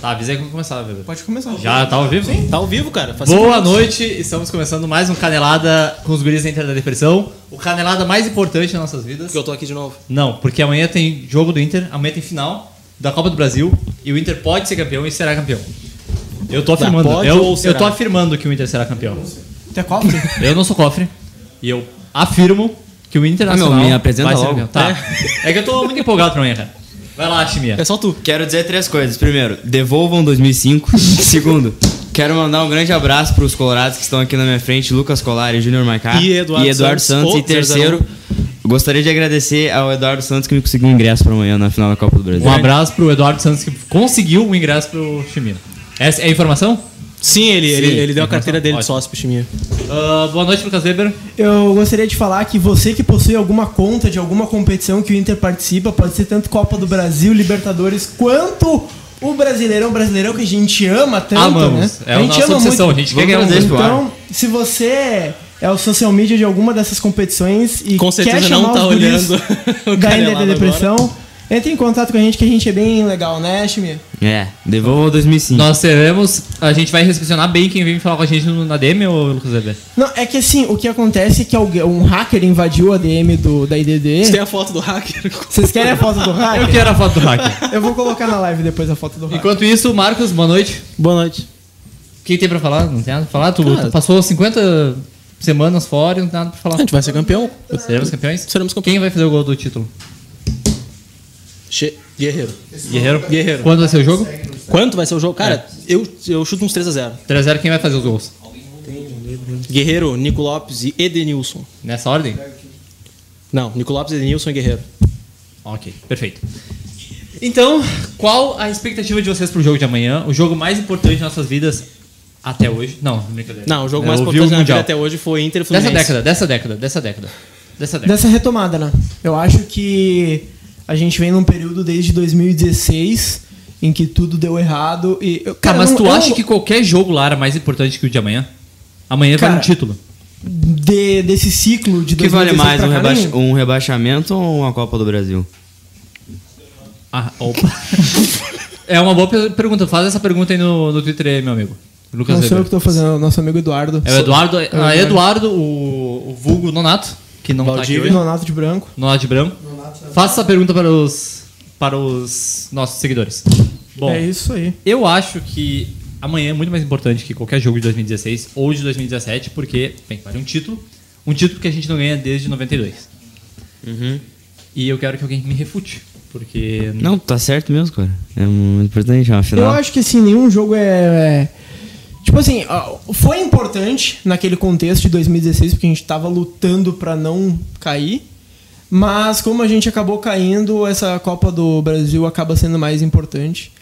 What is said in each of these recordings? Tá, avisei que eu vou começar, a verdade. Pode começar. Já tá ao vivo? Sim, tá ao vivo, cara. Faz cinco Boa minutos. noite, estamos começando mais um Canelada com os guris da Inter da Depressão. O Canelada mais importante nas nossas vidas. Porque eu tô aqui de novo. Não, porque amanhã tem jogo do Inter, amanhã tem final da Copa do Brasil e o Inter pode ser campeão e será campeão. Eu tô afirmando, Tá, pode eu, ou será? eu tô afirmando que o Inter será campeão. Tu é cofre? Eu não sou cofre e eu afirmo que o Internacional Ah, meu, me apresenta vai ser logo. campeão. Tá. É. que eu tô muito empolgado pra amanhã, cara. Vai lá, Chimia. É só tu. Quero dizer três coisas. Primeiro, devolvam 2005. Segundo, quero mandar um grande abraço para os colorados que estão aqui na minha frente, Lucas Colari, Júnior Maicá E Eduardo Santos, Santos. E outro terceiro, gostaria de agradecer ao Eduardo Santos que me conseguiu um ingresso para amanhã na final da Copa do Brasil. Um abraço pro Eduardo Santos que conseguiu o ingresso pro Chimia. Essa é a informação? Sim, ele, ele, ele deu a Sim, carteira dele de ótimo. sócio pro Chiminha. Ah, boa noite, Lucas Weber. Eu gostaria de falar que você que possui alguma conta de alguma competição que o Inter participa, pode ser tanto Copa do Brasil, Libertadores, quanto o Brasileirão, Brasileirão que a gente ama tanto, Amamos. né? É a nossa obsessão, a gente quer Vamos ganhar um trazer Brasil. pro ar. Então, se você é o social media de alguma dessas competições e Com certeza quer chamar não tá os guris olhando o da Canelada Ilha da Depressão, entre em contato com a gente que a gente é bem legal, né, Chimia? É, devolvam 2005. Nós teremos. A gente vai recepcionar bem quem vem falar com a gente no- na DM ou Lucas Weber? Não, é que assim, o que acontece é que alguém- um hacker invadiu a DM do, da Você tem IDD. a foto do hacker? Vocês querem a foto do hacker? Eu quero a foto do hacker. Eu vou colocar na live depois a foto do Rafa. Enquanto isso, Marcos, boa noite. Boa noite. O que tem pra falar? Não tem nada pra falar? Tu, Cara. tu passou 50 semanas fora e não tem nada pra falar. A gente vai ser campeão. Seremos campeões? Seremos campeões. Quem vai fazer o gol do título? Che- Guerreiro. Guerreiro? Guerreiro. Quando vai ser o jogo? Quanto vai ser o jogo? Cara, É. eu, eu chuto uns 3x0. 3x0, quem vai fazer os gols? Guerreiro, Nico Lopes e Edenilson. Nessa ordem? Não, Nico Lopes, Edenilson e Guerreiro. Ok, perfeito. Então, qual a expectativa de vocês pro jogo de amanhã? O jogo mais importante de nossas vidas até hoje? Não, brincadeira. Não, o jogo É, mais eu vi importante o da vida Mundial. até hoje foi Inter e Dessa Fluminense. década, dessa década, dessa década. Dessa década. Dessa retomada, né? Eu acho que a gente vem num período desde 2016 em que tudo deu errado e. eu- Tá, cara, mas eu não- tu eu acha não- que qualquer jogo lá era mais importante que o de amanhã? Amanhã vai um Cara, título. de- desse ciclo de O que vale 2016 mais, pra um, cá, rebaixa- nem- um rebaixamento ou uma Copa do Brasil? Ah, opa. é uma boa per- pergunta. Faz essa pergunta aí no, no Twitter aí, meu amigo. Lucas Não sou eu Weber. que tô fazendo, nosso amigo Eduardo. É o Eduardo, é Eduardo. Eduardo o, o vulgo Nonato, que não tá aqui hoje. Nonato de branco. Nonato de branco. Faça essa pergunta para os, para os nossos seguidores. Bom, É isso aí. eu acho que amanhã é muito mais importante que qualquer jogo de 2016 ou de 2017, porque, bem, vale um título. Um título que a gente não ganha desde 92. E eu quero que alguém me refute, porque... Não, tá certo mesmo, cara. É muito importante, é uma Eu final. acho que assim, nenhum jogo é. é- Tipo assim, ó, foi importante naquele contexto de 2016, porque a gente tava lutando pra não cair. Mas como a gente acabou caindo, essa Copa do Brasil acaba sendo mais importante.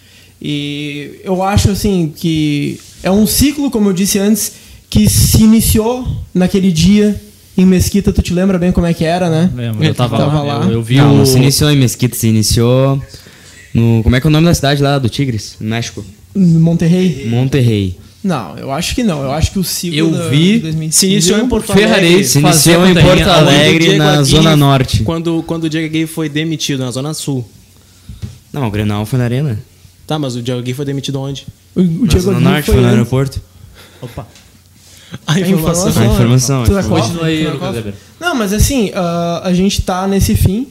E eu acho assim que é um ciclo, como eu disse antes, que se iniciou naquele dia em Mesquita, tu te lembra bem como é que era, né? Lembro, eu tava, Tava lá, lá. Eu, eu vi Não, o... não se iniciou em Mesquita, se iniciou no... Como é que é o nome da cidade lá, do Tigres? No México. Monterrey? Monterrey. Não, eu acho que não. Eu acho que o ciclo Eu da- vi- de 2016 Se iniciou em Porto Alegre. Ferrarese Se fazia iniciou em montanha aonde Porto o Alegre, Diego na Aguirre- Zona Norte. Quando, quando o Diego Aguirre foi demitido, na Zona Sul. Não, o Grenal foi na Arena. Tá, mas o Diego Aguirre foi demitido onde? O, o Na Diego Zona Aguirre Norte, foi foi no antes. aeroporto. Tá A informação. é A informação. é Tu dá a informação. conta? Continua aí, Tu dá Lucas conta? Weber. Não, mas assim, ah, a gente tá nesse fim.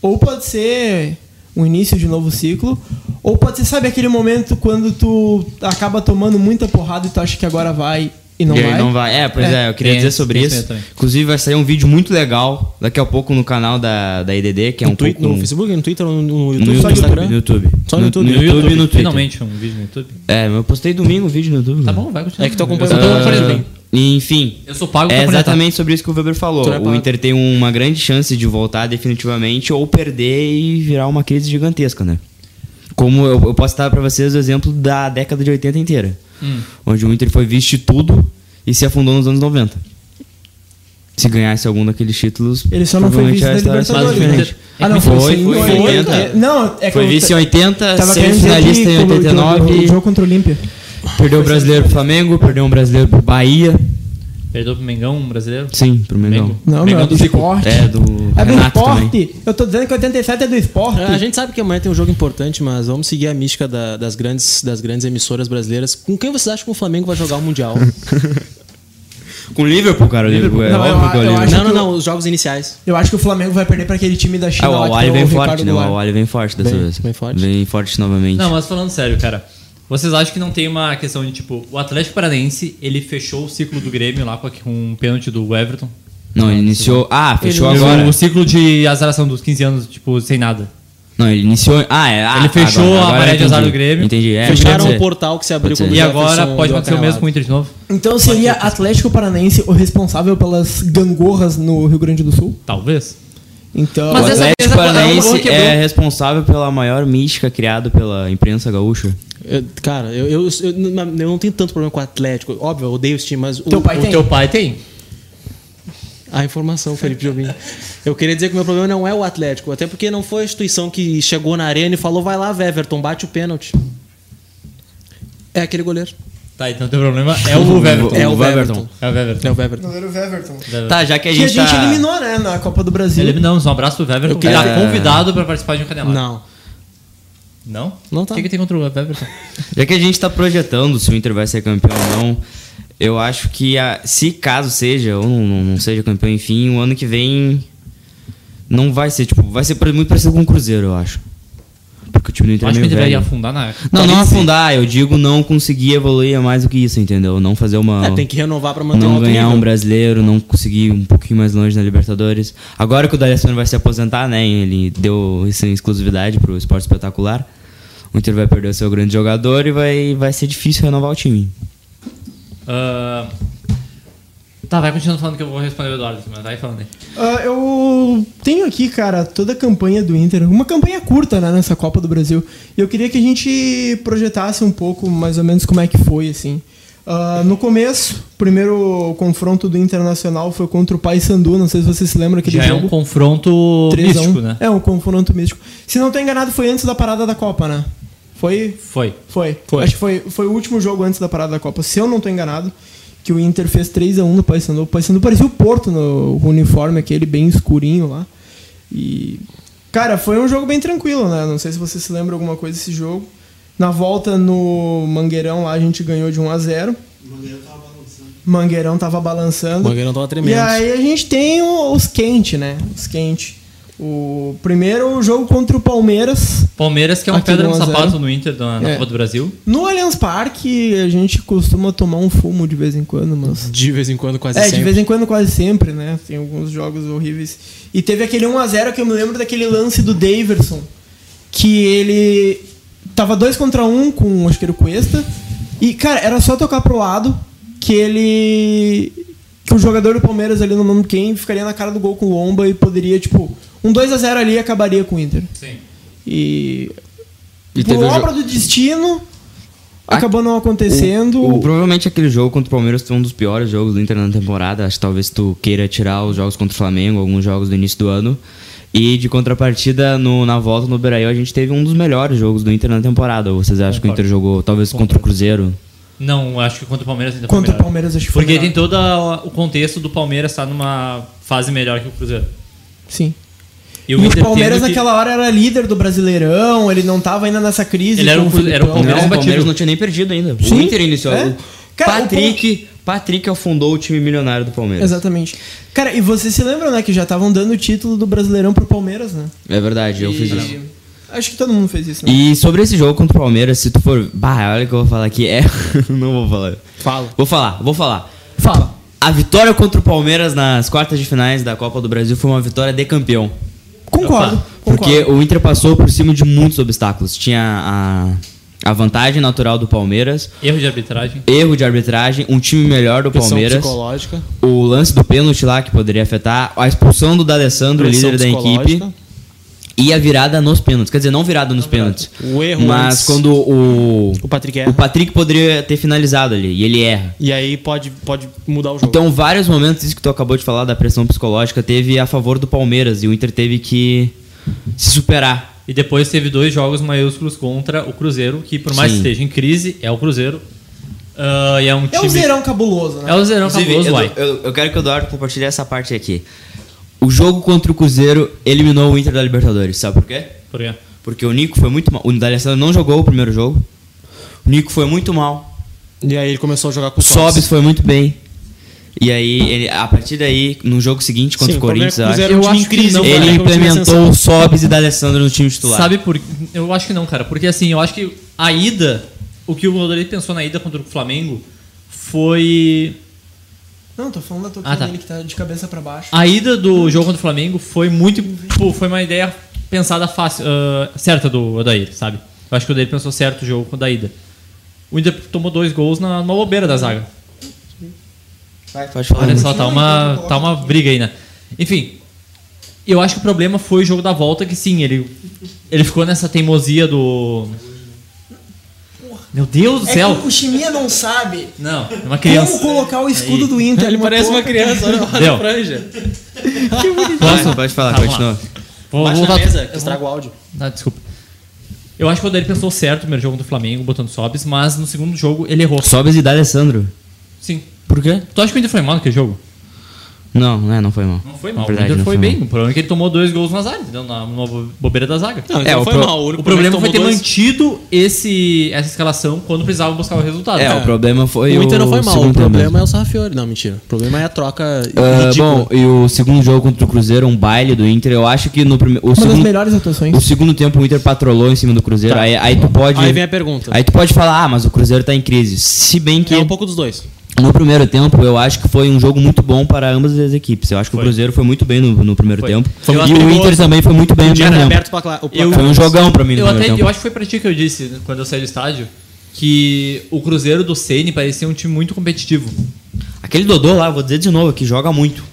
Ou pode ser um início de novo ciclo. Ou pode ser, sabe, aquele momento quando tu acaba tomando muita porrada e tu acha que agora vai e não E aí vai. não vai. É, pois é, eu queria tem dizer esse- sobre tem esse isso. também. Inclusive vai sair um vídeo muito legal daqui a pouco no canal da, da IDD, que é um No, Twi- pouco... no Facebook, no Twitter, no, no No YouTube, YouTube, Instagram? no YouTube. Só no YouTube. No, No YouTube e no Twitter. Finalmente, um vídeo no YouTube. É, eu postei domingo o vídeo no YouTube. Tá bom, vai continuar. É que tu eu acompanha sou muito. pago pra Ah, ele. enfim, Eu sou pago pra É conectar. exatamente sobre isso que o Weber falou. Tu não é O pago. Inter tem uma grande chance de voltar definitivamente ou perder e virar uma crise gigantesca, né? Como eu, eu posso dar pra vocês o exemplo da década de 80 inteira, onde o Inter foi visto de tudo e se afundou nos anos 90. Se ganhasse algum daqueles títulos, Ele só não foi provavelmente vice a da história seria Libertadores. diferente. Inter- Ah, não, foi, Foi, sim, foi, não, foi, é- foi, é- Não, é que Foi eu- vice em 80, tava querendo dizer semifinalista em que como- que o- 89. O jogo contra o Olímpia. Perdeu o brasileiro pro Flamengo, perdeu um brasileiro pro Bahia. Perdeu pro Mengão, um brasileiro? Sim, pro Mengão. Mengo. Não, Mengão meu, é do do Zico. esporte. É, do É do Renato esporte. também. Eu tô dizendo que 87 é do esporte. A gente sabe que amanhã tem um jogo importante, mas vamos seguir a mística da- das, grandes, das grandes emissoras brasileiras. Com quem vocês acham que o Flamengo vai jogar o Mundial? Com o Liverpool, cara, o Liverpool. É Não, eu óbvio que é o a- eu Liverpool. acho não, não, que não, os jogos iniciais. Eu acho que o Flamengo vai perder pra aquele time da Ah, China o lá que Awali tem o vem Ricardo forte, né? O Goulart. Awali vem forte dessa Bem- vez. bem forte. Vem forte novamente. Não, mas falando sério, cara. Vocês acham que não tem uma questão de, tipo, o Atlético Paranaense, ele fechou o ciclo do Grêmio lá com aqui- com um pênalti do Everton? Não, ele iniciou. Ah, fechou Ele- agora. O ciclo de azaração dos 15 anos, tipo, sem nada. Não, ele iniciou. Ah, é. ah, Ele fechou agora, a agora maré de azar entendi. do Grêmio. Entendi. É, Fecharam pode o ser. portal que se abriu Pode ser. quando o E Jefferson agora pode deu acontecer o aquela mesmo com o Inter de novo? Então seria Atlético Paranaense o responsável pelas gangorras no Rio Grande do Sul? Talvez. Então, Mas o essa- Atlético essa- ela Paranaense quebrou. é responsável pela maior mística criada pela imprensa gaúcha. Eu- cara, eu, eu, eu n- eu não tenho tanto problema com o Atlético. Óbvio, eu odeio esse time, mas o, Teu pai o- O tem. teu pai tem. a informação, Felipe Jobim. Eu queria dizer que o meu problema não é o Atlético, até porque não foi a instituição que chegou na arena e falou: vai lá, Everton, bate o pênalti. É aquele goleiro. Tá, então teu problema é o Everton. É o Weverton. Everton. É o Everton. É o Everton. goleiro Weverton. Tá, já que a Que a gente, gente tá- eliminou, né, na Copa do Brasil. Eliminamos, um abraço pro Everton. que queria- É. Tá convidado pra participar de um canelado. Não. Não? Não tá. O que, que tem contra o Everton? Já que a gente tá projetando se o Inter vai ser campeão ou não, eu acho que a- se caso seja ou não, não- não seja campeão, enfim, o ano que vem não vai ser, tipo, vai ser pare- muito parecido com o Cruzeiro, eu acho. Porque o time do Inter Eu é acho que meio ele deveria velho. afundar na. Não, não Talvez sim. afundar, eu digo não conseguir evoluir mais do que isso, entendeu? Não fazer uma É, tem que renovar pra manter o não alto ganhar nível. um brasileiro, não conseguir um pouquinho mais longe na Libertadores. Agora que o D'Alessandro vai se aposentar, né? Ele deu essa exclusividade pro esporte espetacular. O Inter vai perder o seu grande jogador e vai, vai ser difícil renovar o time. Ah, Tá, vai continuando falando que eu vou responder o Eduardo, mas vai falando aí. Ah, eu tenho aqui, cara, toda a campanha do Inter. Uma campanha curta, né, nessa Copa do Brasil. E eu queria que a gente projetasse um pouco, mais ou menos, como é que foi, assim. Ah, no começo, o primeiro confronto do Internacional foi contra o Paysandu. Não sei se vocês se lembram aquele Já é jogo. um confronto 3 a 1. místico, né? É um confronto místico. Se não tô enganado, foi antes da parada da Copa, né? Foi? Foi. Foi. Acho que foi, foi o último jogo antes da parada da Copa. Se eu não tô enganado, que o Inter fez 3 a 1 no Paysandu. O Paysandu parecia o Porto no uniforme aquele bem escurinho lá. E cara, foi um jogo bem tranquilo, né? Não sei se você se lembra alguma coisa desse jogo. Na volta no Mangueirão lá a gente ganhou de 1 a 0. Mangueirão tava balançando. O Mangueirão tava tremendo. E aí a gente tem o- os quentes, né? Os quentes. O primeiro jogo contra o Palmeiras. Palmeiras, que é uma Aqui, pedra no 1 a 0. sapato no Inter da, na É. Copa do Brasil. No Allianz Parque, a gente costuma tomar um fumo de vez em quando, mas. De vez em quando, quase É, sempre. de vez em quando, quase sempre, né? Tem alguns jogos horríveis. E teve aquele 1x0 que eu me lembro daquele lance do Daverson. Que ele tava 2 contra 1 um com acho que era o Cuesta. E, cara, era só tocar pro lado que ele. Que o jogador do Palmeiras ali no nome quem ficaria na cara do gol com o Lomba e poderia, tipo, um 2x0 ali e acabaria com o Inter. Sim. E. E por teve o jo- Ah, obra do destino, acabou não acontecendo. O- o- provavelmente aquele jogo contra o Palmeiras foi um dos piores jogos do Inter na temporada. Acho que talvez tu queira tirar os jogos contra o Flamengo, alguns jogos do início do ano. E de contrapartida, no- na volta no Beira-Rio, a gente teve um dos melhores jogos do Inter na temporada. Ou vocês acham que o Inter jogou talvez contra o Cruzeiro? Não, acho que contra o Palmeiras ainda Contra foi o melhor. Palmeiras, acho que foi Porque melhor. tem todo a- o contexto do Palmeiras estar numa fase melhor que o Cruzeiro. Sim. E E o o, Inter tendo Palmeiras que- naquela hora era líder do Brasileirão, ele não tava ainda nessa crise. Ele era com o Cruze- era o Filipão. um Palmeiras não, o imbatível. Palmeiras não tinha nem perdido ainda. O Sim. Inter iniciou. É. O Cara, o Patrick, Patrick afundou o time milionário do Palmeiras. Exatamente. Cara, e vocês se lembram, né, que já estavam dando o título do Brasileirão pro Palmeiras, né? É verdade, eu E- fiz isso. Acho que todo mundo fez isso, né? E sobre esse jogo contra o Palmeiras, se tu for. Bah, olha o que eu vou falar aqui. É. não vou falar. Fala. Vou falar, vou falar. Fala. A vitória contra o Palmeiras nas quartas de finais da Copa do Brasil foi uma vitória de campeão. Concordo. Porque concordo. o Inter passou por cima de muitos obstáculos. Tinha a, a vantagem natural do Palmeiras, Erro de arbitragem. erro de arbitragem, um time melhor do Pressão Palmeiras. psicológica. O lance do pênalti lá que poderia afetar, a expulsão do D'Alessandro, pressão líder da psicológica. equipe, e a virada nos pênaltis. Quer dizer, não virada nos pênaltis. O erro Mas antes. quando o, O Patrick o erra. Patrick poderia ter finalizado ali, e ele erra. E aí pode, pode mudar o jogo. Então, vários momentos, isso que tu acabou de falar, da pressão psicológica, teve a favor do Palmeiras e o Inter teve que se superar. E depois teve dois jogos maiúsculos contra o Cruzeiro, que por mais Sim. que esteja em crise, é o Cruzeiro. Ah, e é um É time. o zerão cabuloso, né? É o Zerão Inclusive, famoso, eu, uai. eu- eu quero que o Eduardo compartilhe essa parte aqui. O jogo contra o Cruzeiro eliminou o Inter da Libertadores, sabe por quê? Por quê? Porque o Nico foi muito mal. O D'Alessandro não jogou o primeiro jogo. O Nico foi muito mal. E aí ele começou a jogar com O o Sobis foi muito bem. E aí, ele- a partir daí, no jogo seguinte contra Sim, o o problema é Corinthians, que o eu acho, Cruzeiro era um time em crise, não, né? ele Era um time implementou sensacional. o Sobis e D'Alessandro no time titular. Sabe por Eu acho que não, cara. Porque assim, eu acho que a ida, o que o Rodolfo pensou na ida contra o Flamengo foi. Não, tô falando da toquinha Ah, tá. dele que tá de cabeça pra baixo. A ida do jogo contra o Flamengo foi muito. pô, foi uma ideia pensada fácil, ah, certa do Odair, sabe? Eu acho que o Odair pensou certo o jogo da ida. O Inter tomou dois gols na, numa bobeira da zaga. Vai, pode falar. Olha só, tá uma, tá uma briga aí, né? Enfim, eu acho que o problema foi o jogo da volta, que sim, ele, ele ficou nessa teimosia do. Meu Deus do né? Ah, É céu! que o Chiminha não sabe Não, é uma como criança. É colocar o escudo do Inter. Ele numa parece uma touca. criança, olha, olha Deu. a franja. Vai, pode falar, Tá, vamos continua. Vou Baixa na voltar- mesa, que estraga o áudio. Ah, desculpa. Eu acho que o Odair pensou certo no primeiro jogo do Flamengo, botando sobes, mas no segundo jogo ele errou. Sobis e D'Alessandro. Sim. Por quê? Tu acha que o Inter foi mal naquele jogo? Não, né, não foi mal. Não foi mal. Na verdade, o Inter não foi, mal. bem. O problema é que ele tomou dois gols na zaga, entendeu? Na, numa bo- bobeira da zaga. Não, É, então o foi pro- mal. O problema foi ter tomou dois- mantido esse, essa escalação quando precisava buscar o resultado. É, o problema foi O Inter não foi mal, o segundo tempo problema mesmo. é o Sarrafiori. Não, mentira. O problema é a troca Ah, ridícula. bom, e o segundo jogo contra o Cruzeiro, um baile do Inter. Eu acho que no primeiro. Uma das segundo... melhores atuações. O segundo tempo o Inter patrolou em cima do Cruzeiro. Aí, aí tu pode. Aí vem a pergunta. Aí tu pode falar, ah, mas o Cruzeiro tá em crise. Se bem que é um pouco dos dois. no primeiro tempo eu acho que foi um jogo muito bom para ambas as equipes. Eu acho que o Cruzeiro foi muito bem no, no primeiro Foi. tempo. Foi um e muito o perigoso. Inter também foi muito bem no Era primeiro tempo. aberto pra cla- o placar. Foi um jogão pra mim no Eu até, primeiro eu tempo. acho é que foi pra ti que eu disse né, quando eu saí do estádio que o Cruzeiro do Ceni parecia um time muito competitivo. Aquele Dodô lá, eu vou dizer de novo, que joga muito.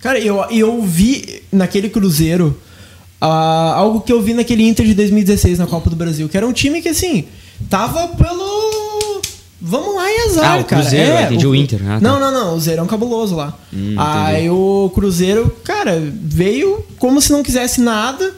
Cara, eu, eu vi naquele Cruzeiro ah, algo que eu vi naquele Inter de 2016 na Copa do Brasil, que era um time que, assim, tava pelo. Vamos lá e azar, Ah, o cara. Cruzeiro, eu é, entendi o Inter, ah, tá. Não, não, não, o Zerão é um cabuloso lá. Hum, Aí o Cruzeiro, cara, veio como se não quisesse nada.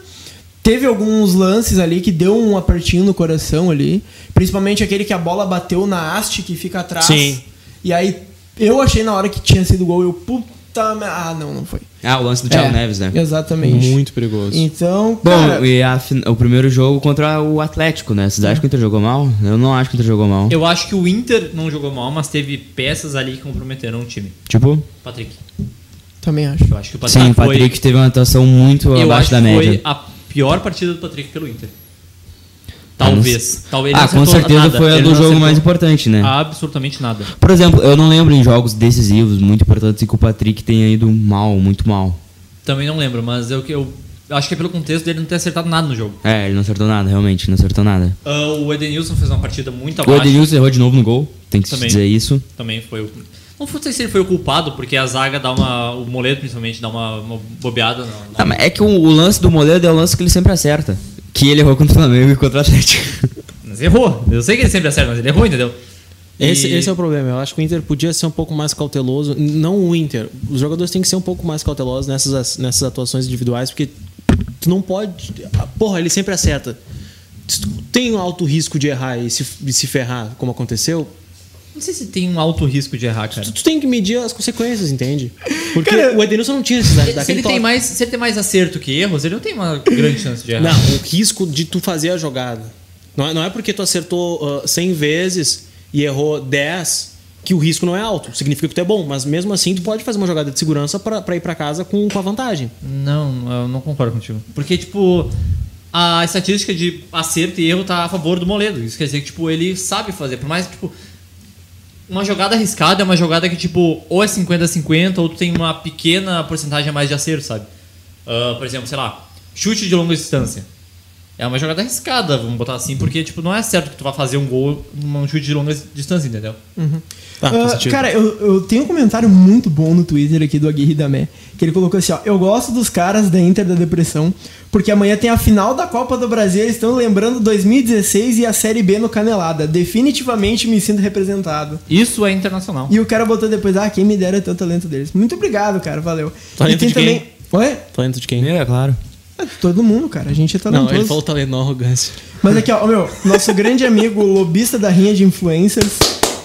Teve alguns lances ali que deu um apertinho no coração ali. Principalmente aquele que a bola bateu na haste que fica atrás. Sim. E aí eu achei na hora que tinha sido gol, eu puta. me- Ah, não, não foi. Ah, o lance do Thiago É, Neves, né? Exatamente. perigoso. Então, Bom, cara, e a fin- o primeiro jogo contra o Atlético, né? Vocês acham que o Inter jogou mal? Eu não acho que o Inter jogou mal. Eu acho que o Inter não jogou mal, mas teve peças ali que comprometeram o time. Tipo, Patrick. também acho. Eu acho que o Patrick sim, o foi Patrick teve uma atuação muito eu abaixo acho da que média. foi a pior partida do Patrick pelo Inter. Talvez. Talvez ele Ah, não com acertou certeza nada. foi a Ele do não jogo acertou Ah, mais importante, né? Absolutamente nada. Por exemplo, eu não lembro em jogos decisivos muito importantes que o Patrick tenha ido mal, muito mal. Também não lembro, mas eu, eu acho que é pelo contexto dele não ter acertado nada no jogo. É, ele não acertou nada, realmente, não acertou nada. Ah, o Edenilson fez uma partida muito O abaixo. Edenilson errou de novo no gol, tem que se Também. dizer isso. Também foi o. Não sei se ele foi o culpado, porque a zaga dá uma. O Moledo, principalmente, dá uma, uma bobeada. Não, Ah, mas é que o, o lance do Moledo é o lance que ele sempre acerta. Que ele errou contra o Flamengo e contra o Atlético. Mas errou. Eu sei que ele sempre acerta, mas ele errou, entendeu? Esse, E- esse é o problema. Eu acho que o Inter podia ser um pouco mais cauteloso. N- Não o Inter. Os jogadores têm que ser um pouco mais cautelosos nessas, as- nessas atuações individuais, porque tu não pode. ah, Porra, ele sempre acerta. Se tu Tem um alto risco de errar e se, e se ferrar, como aconteceu. Não sei se tem um alto risco de errar, cara. Tu, tu tem que medir as consequências, entende? Porque Cara, o Edenilson não tinha necessidade Se daquele ele, tem toque. mais, se ele tem mais acerto que erros, ele não tem uma grande chance É. de errar. Não, o risco de tu fazer a jogada. Não é, não é porque tu acertou ah, 100 vezes e errou 10 que o risco não é alto. Significa que tu é bom, mas mesmo assim tu pode fazer uma jogada de segurança pra pra ir pra casa com, com a vantagem. Não, eu não concordo contigo. Porque, tipo, a estatística de acerto e erro tá a favor do Moledo. Isso quer dizer que, tipo, ele sabe fazer. Por mais que, tipo, uma jogada arriscada é uma jogada que, tipo, ou é 50-50 ou tu tem uma pequena porcentagem a mais de acerto, sabe? Ah, por exemplo, sei lá, chute de longa distância. É uma jogada arriscada, vamos botar assim, porque, tipo, não é certo que tu vai fazer um gol num chute de longa distância, entendeu? Ah, Ah, faz sentido. cara, eu, eu tenho um comentário muito bom no Twitter aqui do Aguirre Damé, que ele colocou assim, ó, eu gosto dos caras da Inter da Depressão, porque amanhã tem a final da Copa do Brasil, eles estão lembrando 2016 e a Série B no Canelada. Definitivamente me sinto representado. Isso é internacional. E o cara botou depois, ah, quem me dera tanto talento deles. Muito obrigado, cara, valeu. Talento e tem de também... quem? Oi? Talento de quem? Meu, é claro. Ah, Todo mundo, cara, a gente é talentoso. Não, ele falou talento, não arrogância. Mas aqui, ó, ô, meu, nosso grande amigo, o lobista da rinha de influencers,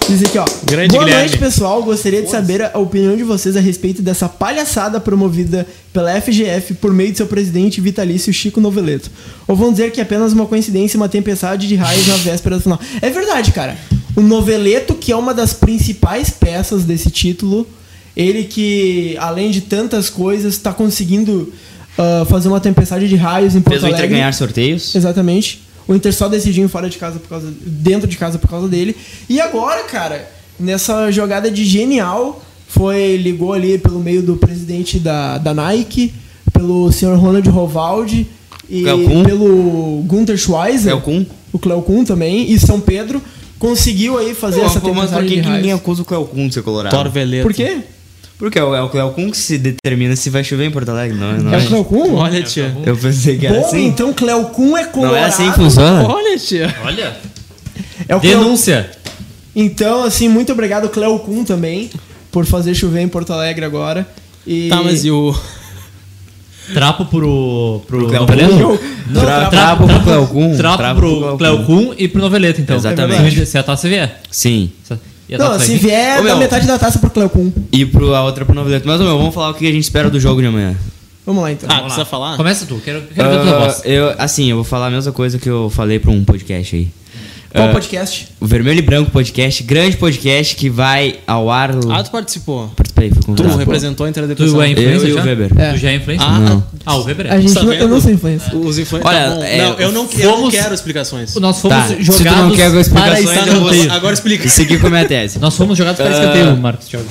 Diz aqui, ó. Grande Boa Guilherme. noite, pessoal. Gostaria de saber a opinião de vocês a respeito dessa palhaçada promovida pela FGF por meio de seu presidente vitalício Chico Noveleto. Ou vão dizer que é apenas uma coincidência e uma tempestade de raios na véspera do final. É verdade, cara. O Noveleto, que é uma das principais peças desse título, ele que, além de tantas coisas, tá conseguindo ah, fazer uma tempestade de raios em Porto Fez o Inter Alegre. ganhar sorteios. Exatamente. O Inter só decidiu ir fora de casa por causa dentro de casa por causa dele. E agora, cara, nessa jogada de genial, foi ligou ali pelo meio do presidente da, da Nike, pelo senhor Ronald Rovaldi e Cleo Kuhn. pelo Gunter Schweizer, Cleo Kuhn. o Cleo Kuhn também e São Pedro conseguiu aí fazer Pô, essa pô, mas por tempestade de que que ninguém raios. acusa é o Cleo Kuhn de ser colorado? Torveleta. Por quê? Porque é o, é o Cleo Kuhn que se determina se vai chover em Porto Alegre, não, não É é? o Cleo Kuhn? Olha, tia. Eu pensei que era Bom, assim. então Cleo Kuhn é Não colorado. é assim que funciona? Olha, tia. Olha, É o Cleo denúncia. Então, assim, muito obrigado, Cleo Kuhn, também, por fazer chover em Porto Alegre agora. E... Tá, mas e o. Trapo pro. pro Cleo Noveleto? Kuhn? Não, Tra- trapo- Ah, Trapo pro Cleo Kuhn. Trapo pro Cleo Kuhn e pro Noveleto, então. Exatamente. Se a taça vier. Sim. Se a- e a Não, taça se vai vir. vier, Ô, dá meu. metade da taça pro Cleo Kuhn. E pro, a outra pro Noveleto. Mas, ô, meu, vamos falar o que a gente espera do jogo de amanhã. Vamos lá, então. Ah, Vamos precisa lá. falar? Começa tu, quero, quero ver a tua Ah, voz. eu, assim, eu vou falar a mesma coisa que eu falei pra um podcast aí. Qual é. Ah, podcast? O Vermelho e Branco Podcast, grande podcast que vai ao ar. Ah, tu participou. Participei, fui Tu convidado. representou a interdepressão. Tu é influencer Eu Tá. e o já? Weber. Tu já é influencer? Ah, Não. Ah, o Weber é. A gente tá não, eu vendo? não sou influencer. Os influencers. Olha, tá bom. é, não, eu não, eu não fomos- quero explicações. Nós fomos Tá, se tu não jogados quer para explicações, escanteio. eu vou- Tá, agora explica. Isso aqui foi minha tese. Nós fomos jogados para Ah. escanteio, Marcos Thiago.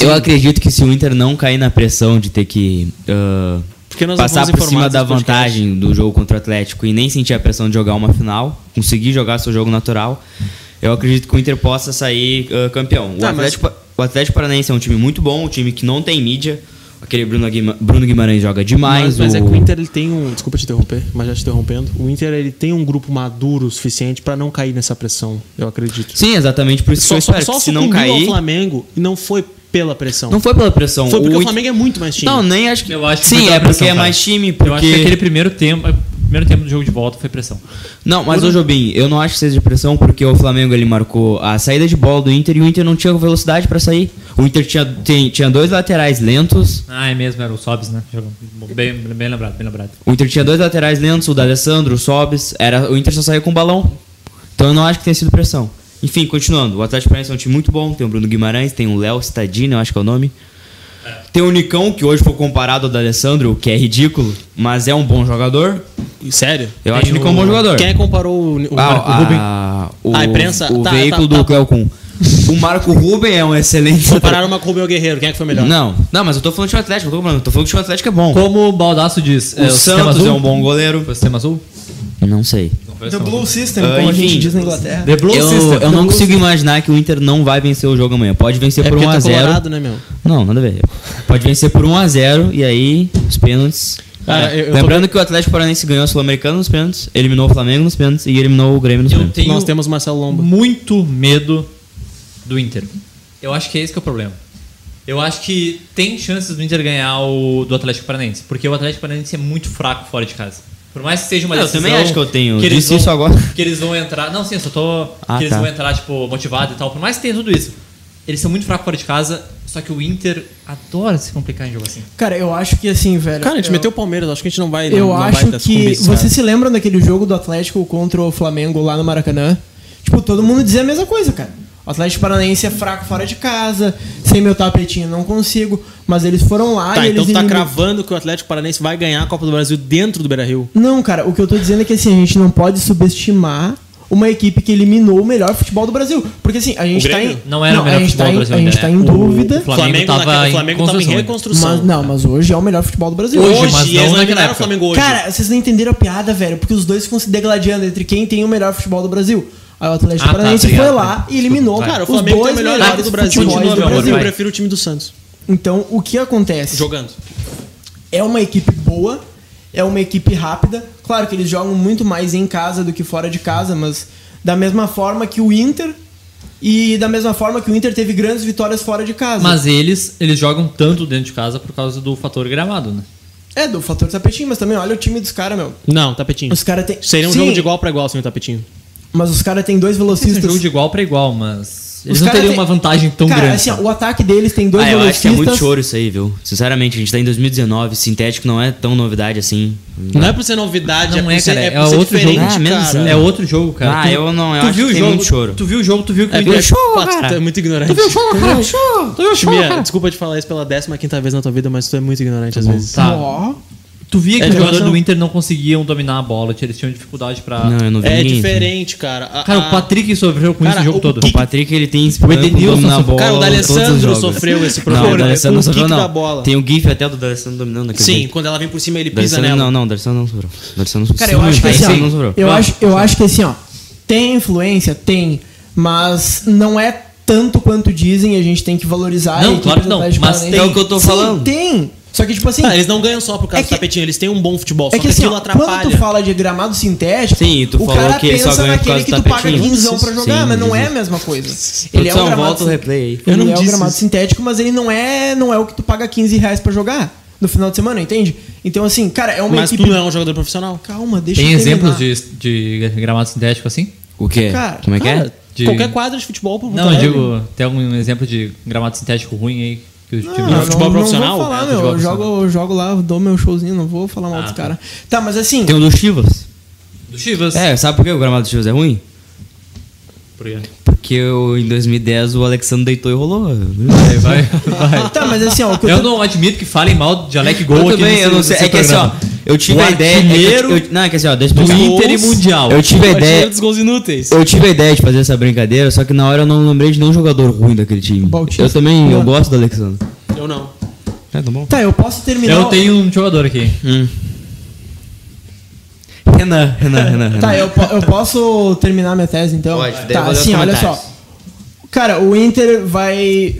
Eu acredito que se o Inter não cair na pressão de ter que ah, Porque nós não passar fomos por cima informados da desse podcast. vantagem do jogo contra o Atlético e nem sentir a pressão de jogar uma final, conseguir jogar seu jogo natural, eu acredito que o Inter possa sair ah, campeão. O, Tá, mas- Atlético, Pa- o Atlético Paranaense é um time muito bom, um time que não tem mídia. Aquele Bruno, Guima- Bruno Guimarães joga demais. Mas, mas é que o- o Inter ele tem um. Desculpa te interromper, mas já te interrompendo. O Inter ele tem um grupo maduro o suficiente pra não cair nessa pressão, eu acredito. Sim, exatamente por isso que eu espero que se sucumbiu não ao cair. Flamengo e não foi pela pressão. Não foi pela pressão. foi porque o, Inter- Flamengo é muito mais time. Não, nem acho que. Eu acho que foi Sim, pela é porque pressão, é cara. mais time, porque. Eu acho que aquele primeiro tempo, primeiro tempo do jogo de volta foi pressão. Não, mas ô Jobim, eu não acho que seja de pressão porque o Flamengo ele marcou a saída de bola do Inter e o Inter não tinha velocidade pra sair. O Inter tinha, tem- tinha dois laterais lentos. Ah, é mesmo, era o Sobs, né? Jogou- Bem, bem lembrado, bem lembrado. O Inter tinha dois laterais lentos, o da Alessandro, o Sobis. Era, o Inter só saiu com o balão. Então eu não acho que tenha sido pressão. Enfim, continuando. O Atlético Paranaense é um time muito bom. Tem o Bruno Guimarães, tem o Léo Cittadini, eu acho que é o nome. Tem o Nicão, que hoje foi comparado ao da Alessandro, o que é ridículo, mas é um bom jogador. Sério? Eu acho o Nicão um bom jogador. Quem é comparou o, o Ah, Marco a- Rubem? O, A imprensa? O Tá, veículo tá, do tá. Cleocum. O Marco Ruben é um excelente. Compararam o Marco Rubem ao Guerreiro. Quem é que foi melhor? Não, não, mas eu tô falando de um Atlético, eu tô, falando, eu tô falando que o Atlético é bom. Como o Baldaço diz, O Santos é um bom goleiro. Foi o sistema azul? Eu não sei. The Blue System, Ah, como a gente enfim. diz na Inglaterra. The Blue eu, System. eu não consigo imaginar que o Inter não vai vencer o jogo amanhã. Pode vencer É por porque tá 1x0. colorado, né, meu? Não, nada a ver. Pode vencer por 1x0 e aí os pênaltis. Cara, É. eu- eu tô- Lembrando que o Atlético Paranaense ganhou o Sul-Americano nos pênaltis, eliminou o Flamengo nos pênaltis e eliminou o Grêmio nos Eu pênaltis. tenho Nós temos Marcelo Lomba. muito medo do Inter. Eu acho que é esse que é o problema. Eu acho que tem chances do Inter ganhar o do Atlético Paranaense, porque o Atlético Paranaense é muito fraco fora de casa. Por mais que seja uma Eu decisão... também acho que eu tenho. Que eles Disse vão, isso agora. Que eles vão entrar... Não, sim, eu só tô... Ah, que eles tá. vão entrar, tipo, motivados e tal. Por mais que tenha tudo isso. Eles são muito fracos fora de casa, só que o Inter adora se complicar em jogo assim. Cara, eu acho que assim, velho. Cara, a gente eu- meteu o né, Palmeiras. Acho que a gente não vai. Eu não acho vai dar que. sucumbir, né? cara. Vocês se lembram daquele jogo do Atlético contra o Flamengo lá no Maracanã? Tipo, todo mundo dizia a mesma coisa, cara. O Atlético Paranaense é fraco fora de casa, sem meu tapetinho não consigo, mas eles foram lá Tá, e então eles tu tá eliminaram- cravando que o Atlético Paranaense vai ganhar a Copa do Brasil dentro do Beira Rio. Não, cara, o que eu tô dizendo é que assim, a gente não pode subestimar uma equipe que eliminou o melhor futebol do Brasil. Porque assim, a gente O tá Grêmio? em. Não era o melhor a gente futebol tá em, do Brasil A ainda, gente tá né? em O- dúvida. o Flamengo tava naquela- em o Flamengo tava em construção ainda. reconstrução. Mas, não, mas hoje é o melhor futebol do Brasil. Hoje, hoje, mas não eles naquela eliminaram o época. Flamengo hoje. Cara, vocês não entenderam a piada, velho, porque os dois ficam se degladiando entre quem tem o melhor futebol do Brasil. Aí o Atlético Ah, tá, Paranaense foi obrigado. lá e eliminou Vai. Cara, o os Flamengo tem dois o melhor melhores lado do Brasil. futebols Continua, do meu amor, Brasil. Eu vai. prefiro o time do Santos. Então, o que acontece? Jogando. É uma equipe boa, é uma equipe rápida. Claro que eles jogam muito mais em casa do que fora de casa, mas da mesma forma que o Inter e da mesma forma que o Inter teve grandes vitórias fora de casa. Mas eles, eles jogam tanto dentro de casa por causa do fator gramado, né? É do fator tapetinho, mas também olha o time dos caras, meu. Não, tapetinho. Os caras têm um Seria um jogo de igual pra igual sem o tapetinho. Mas os caras têm dois Esse é um velocistas. jogo de igual pra igual, mas Eles Os não cara teriam tem- uma vantagem tão Cara, grande. assim, ó, o ataque deles tem dois Ah, eu acho que é muito velocistas. choro isso aí, viu? Sinceramente, a gente tá em 2019, sintético não é tão novidade assim. Não é por ser novidade, Não é é, por ser, cara, é por é ser outro diferente, jogo. Ah, menos cara. ainda. É outro jogo, cara. Ah, Tu- eu não, eu tu acho viu que o tem jogo, muito choro. Tu viu o jogo, tu viu que É, ninguém- é, fato, tu é muito ignorante. Tu viu cara? desculpa te falar isso pela 15 quinta vez na tua vida, mas tu é muito ignorante às vezes. Tá. Ó, Tu via que É, os jogadores jogação- do Inter não conseguiam dominar a bola, eles tinham dificuldade pra. Não, eu não vi É ninguém. diferente, cara. A- Cara, Ah. a- o Patrick sofreu com Cara, isso o jogo o todo. O Patrick, ele tem esse problema Edenilson com dominar a sofreu- bola. Cara, o todos os D'Alessandro jogos. sofreu esse Não, o problema. é D'Alessandro com não o sofreu, kick não. da bola. Tem um gif até do D'Alessandro dominando aquele Sim, jeito. quando ela vem por cima, ele pisa D'Alessandro nela. não, não, D'Alessandro não sofreu. D'Alessandro não Cara, eu acho que Aí assim, sim, não sofreu. ó, eu acho, eu acho que assim, ó, tem influência, tem, mas não é tanto quanto dizem, a gente tem que valorizar. a Não, equipe claro que do não, Atlético mas Paranaense. tem o que eu tô Sim, falando. Tem. Só que tipo assim, Ah, eles não ganham só por causa É do que- tapetinho, eles têm um bom futebol, só é que, que assim, aquilo ó, quando atrapalha. tu fala de gramado sintético, Sim, e tu o falou cara que ele só pensa ganha por naquele causa que do tu paga tapetinho. 15 pra jogar, Sim, mas não é a Jesus. mesma coisa. Ele é o Produção, gramado volta o replay aí. Eu não ele é disse o gramado isso. sintético, mas ele não é, não é o que tu paga 15 reais pra jogar no final de semana, entende? Então, assim, cara, é uma Mas tu equipe. não é um jogador profissional. Calma, deixa Tem eu exemplos terminar. de, de gramado sintético assim? O quê? Cara, Como é que Cara, é? De- Qualquer quadra de futebol, por Não, eu digo, tem algum exemplo de gramado sintético ruim aí que os times Ah, No futebol profissional? Não vou falar, É, no meu. futebol Eu jogo, eu jogo lá, dou meu showzinho, não vou falar mal Ah, dos tá. caras. Tá, mas assim, Tem um o do Chivas. do Chivas. É, sabe por que o gramado do Chivas é ruim? Por quê? Porque eu, em 2010 o Alexandre deitou e rolou. Vai, vai, vai. tá, mas assim, ó, o que eu Eu tô- não admito que falem mal de Alec Gol Eu aqui também, nesse- eu não sei. nesse É que assim, ó, programa. eu tive O a ideia. é que eu- artilheiro eu- não, é que assim, ó, deixa eu Do explicar. Inter e Mundial. Eu tive a ideia. dos gols inúteis. Eu tive a ideia de fazer essa brincadeira, só que na hora eu não lembrei de nenhum jogador ruim daquele time. Bautista. Eu também, eu Não. gosto do Alexandre. Eu não. É, tá bom. Tá, eu posso terminar. Eu tenho um jogador aqui. Hum. Renan, Renan, Renan. Renan. Tá, eu, po- eu posso terminar minha tese então? Pode, daí eu tá, vou ler os assim, olha comentários. só. Cara, o Inter vai.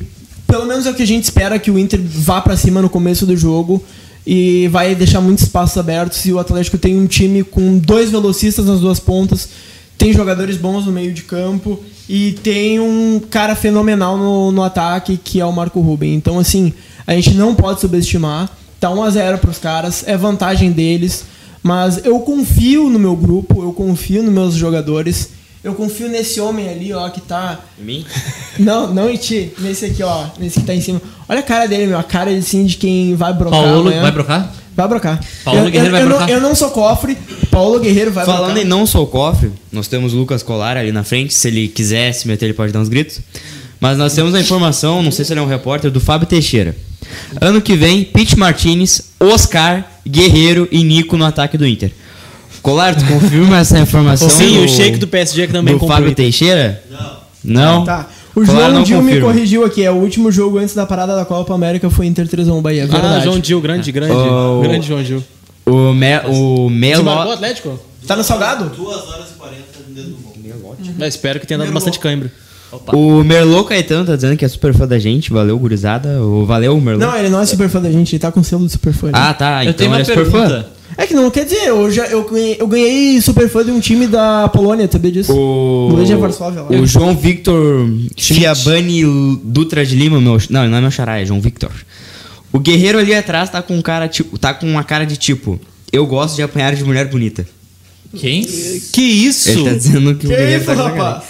Pelo menos é o que a gente espera que o Inter vá pra cima no começo do jogo e vai deixar muitos espaços abertos. E o Atlético tem um time com dois velocistas nas duas pontas, tem jogadores bons no meio de campo e tem um cara fenomenal no, no ataque que é o Marco Ruben. Então, assim, a gente não pode subestimar. Tá 1x0 pros caras, é vantagem deles. Mas eu confio no meu grupo, eu confio nos meus jogadores, eu confio nesse homem ali, ó, que tá Mim? não, não em ti. Nesse aqui, ó. Nesse que tá em cima. Olha a cara dele, meu. A cara assim, de quem vai brocar. Paulo amanhã. vai brocar? Vai brocar. Paulo eu, Guerreiro eu, vai eu brocar? Não, eu não sou cofre. Paulo Guerreiro vai Falando em brocar. não sou cofre, nós temos o Lucas Colar ali na frente. Se ele quiser se meter, ele pode dar uns gritos. Mas nós temos a informação, não sei se ele é um repórter, do Fábio Teixeira. Ano que vem, Pete Martinez, Oscar, Guerreiro e Nico no ataque do Inter. Colar, tu confirma essa informação? Sim, do- o Sheik do PSG que também do comprou. Fábio Teixeira? Não. Não? Tá. O Colar João não Dil me confirma. corrigiu aqui. É o último jogo antes da parada da Copa América foi Inter 3x1 Bahia. Ah, Verdade. João Dil, grande, grande. Oh. Grande João Dil. O, me, Desmarcou o o Melo... Atlético? Tá no salgado? Eu espero que tenha dado bastante cãibra. O Merlot Caetano tá dizendo que é super fã da gente. Valeu, gurizada. O- Valeu, Merlot. Não, ele não é super fã da gente. Ele tá com selo de super fã. né? Ah, tá. eu então tenho uma ele é super pergunta. fã. É que não quer dizer. Eu, já, eu, ganhei, eu ganhei super fã de um time da Polônia. Sabia disso? O, Do Legia é Varsóvia lá. o João Victor Chiabani Dutra de Lima, meu. Não, não é meu xará, é João Victor. O guerreiro ali atrás tá com um cara tipo, tá com uma cara de tipo, eu gosto de apanhar de mulher bonita. Quem? Que isso? Ele tá dizendo que, o Que guerreiro isso, tá com essa cara. rapaz?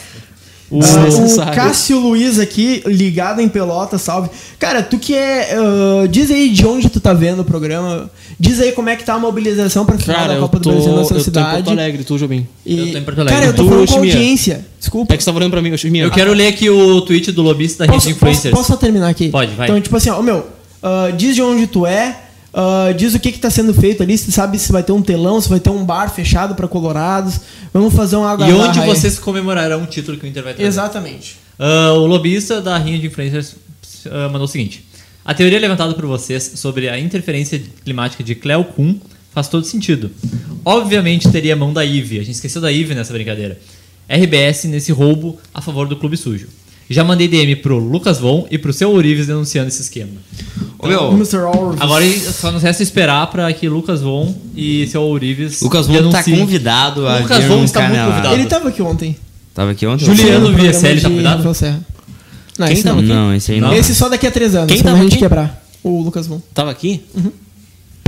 O- Ah, Desnecessário. o Cássio Luiz aqui, ligado em Pelota, salve. Cara, tu que é. ah, diz aí de onde tu tá vendo o programa. Diz aí como é que tá a mobilização pra final Cara, da eu Copa tô, do Brasil na eu sua tô em Porto cidade. Alegre, tu, Jobim. E- Eu tô em Porto Alegre Cara, eu tô também. falando Tu, com Chimia. audiência. Desculpa. É que você tá falando pra mim, ô, Chimia. Eu quero ler aqui o tweet do lobista da Posso, rede posso, influencers. posso só terminar aqui? Pode, vai. Então, tipo assim, ó, meu, ah, diz de onde tu é, ah, diz o que que tá sendo feito ali, se sabe se vai ter um telão, se vai ter um bar fechado pra colorados. Vamos fazer uma água E onde barra aí. vocês comemorarão o título que o Inter vai trazer. Exatamente. Ah, o lobista da Rinha de Influencers ah, mandou o seguinte: A teoria levantada por vocês sobre a interferência climática de Cleo Kuhn faz todo sentido. Obviamente teria mão da IVE, a gente esqueceu da IVE nessa brincadeira. RBS nesse roubo a favor do Clube Sujo. Já mandei DM pro Lucas Von e pro seu Orives denunciando esse esquema. Ô, meu, Mr. Orvis. Agora só nos resta esperar pra que Lucas Von e seu Orives. Lucas Von tá denunciem. convidado a O Lucas vir Von no está muito canal. convidado. Ele tava aqui ontem. Tava aqui ontem? Juliano No programa Vieselli tá de cuidado? Rafael Serra. Não, Quem esse, tava não. Não, esse aí não. esse só daqui a três anos. Quem quando tava a gente aqui? quebrar. Tá O Lucas Von. Tava aqui?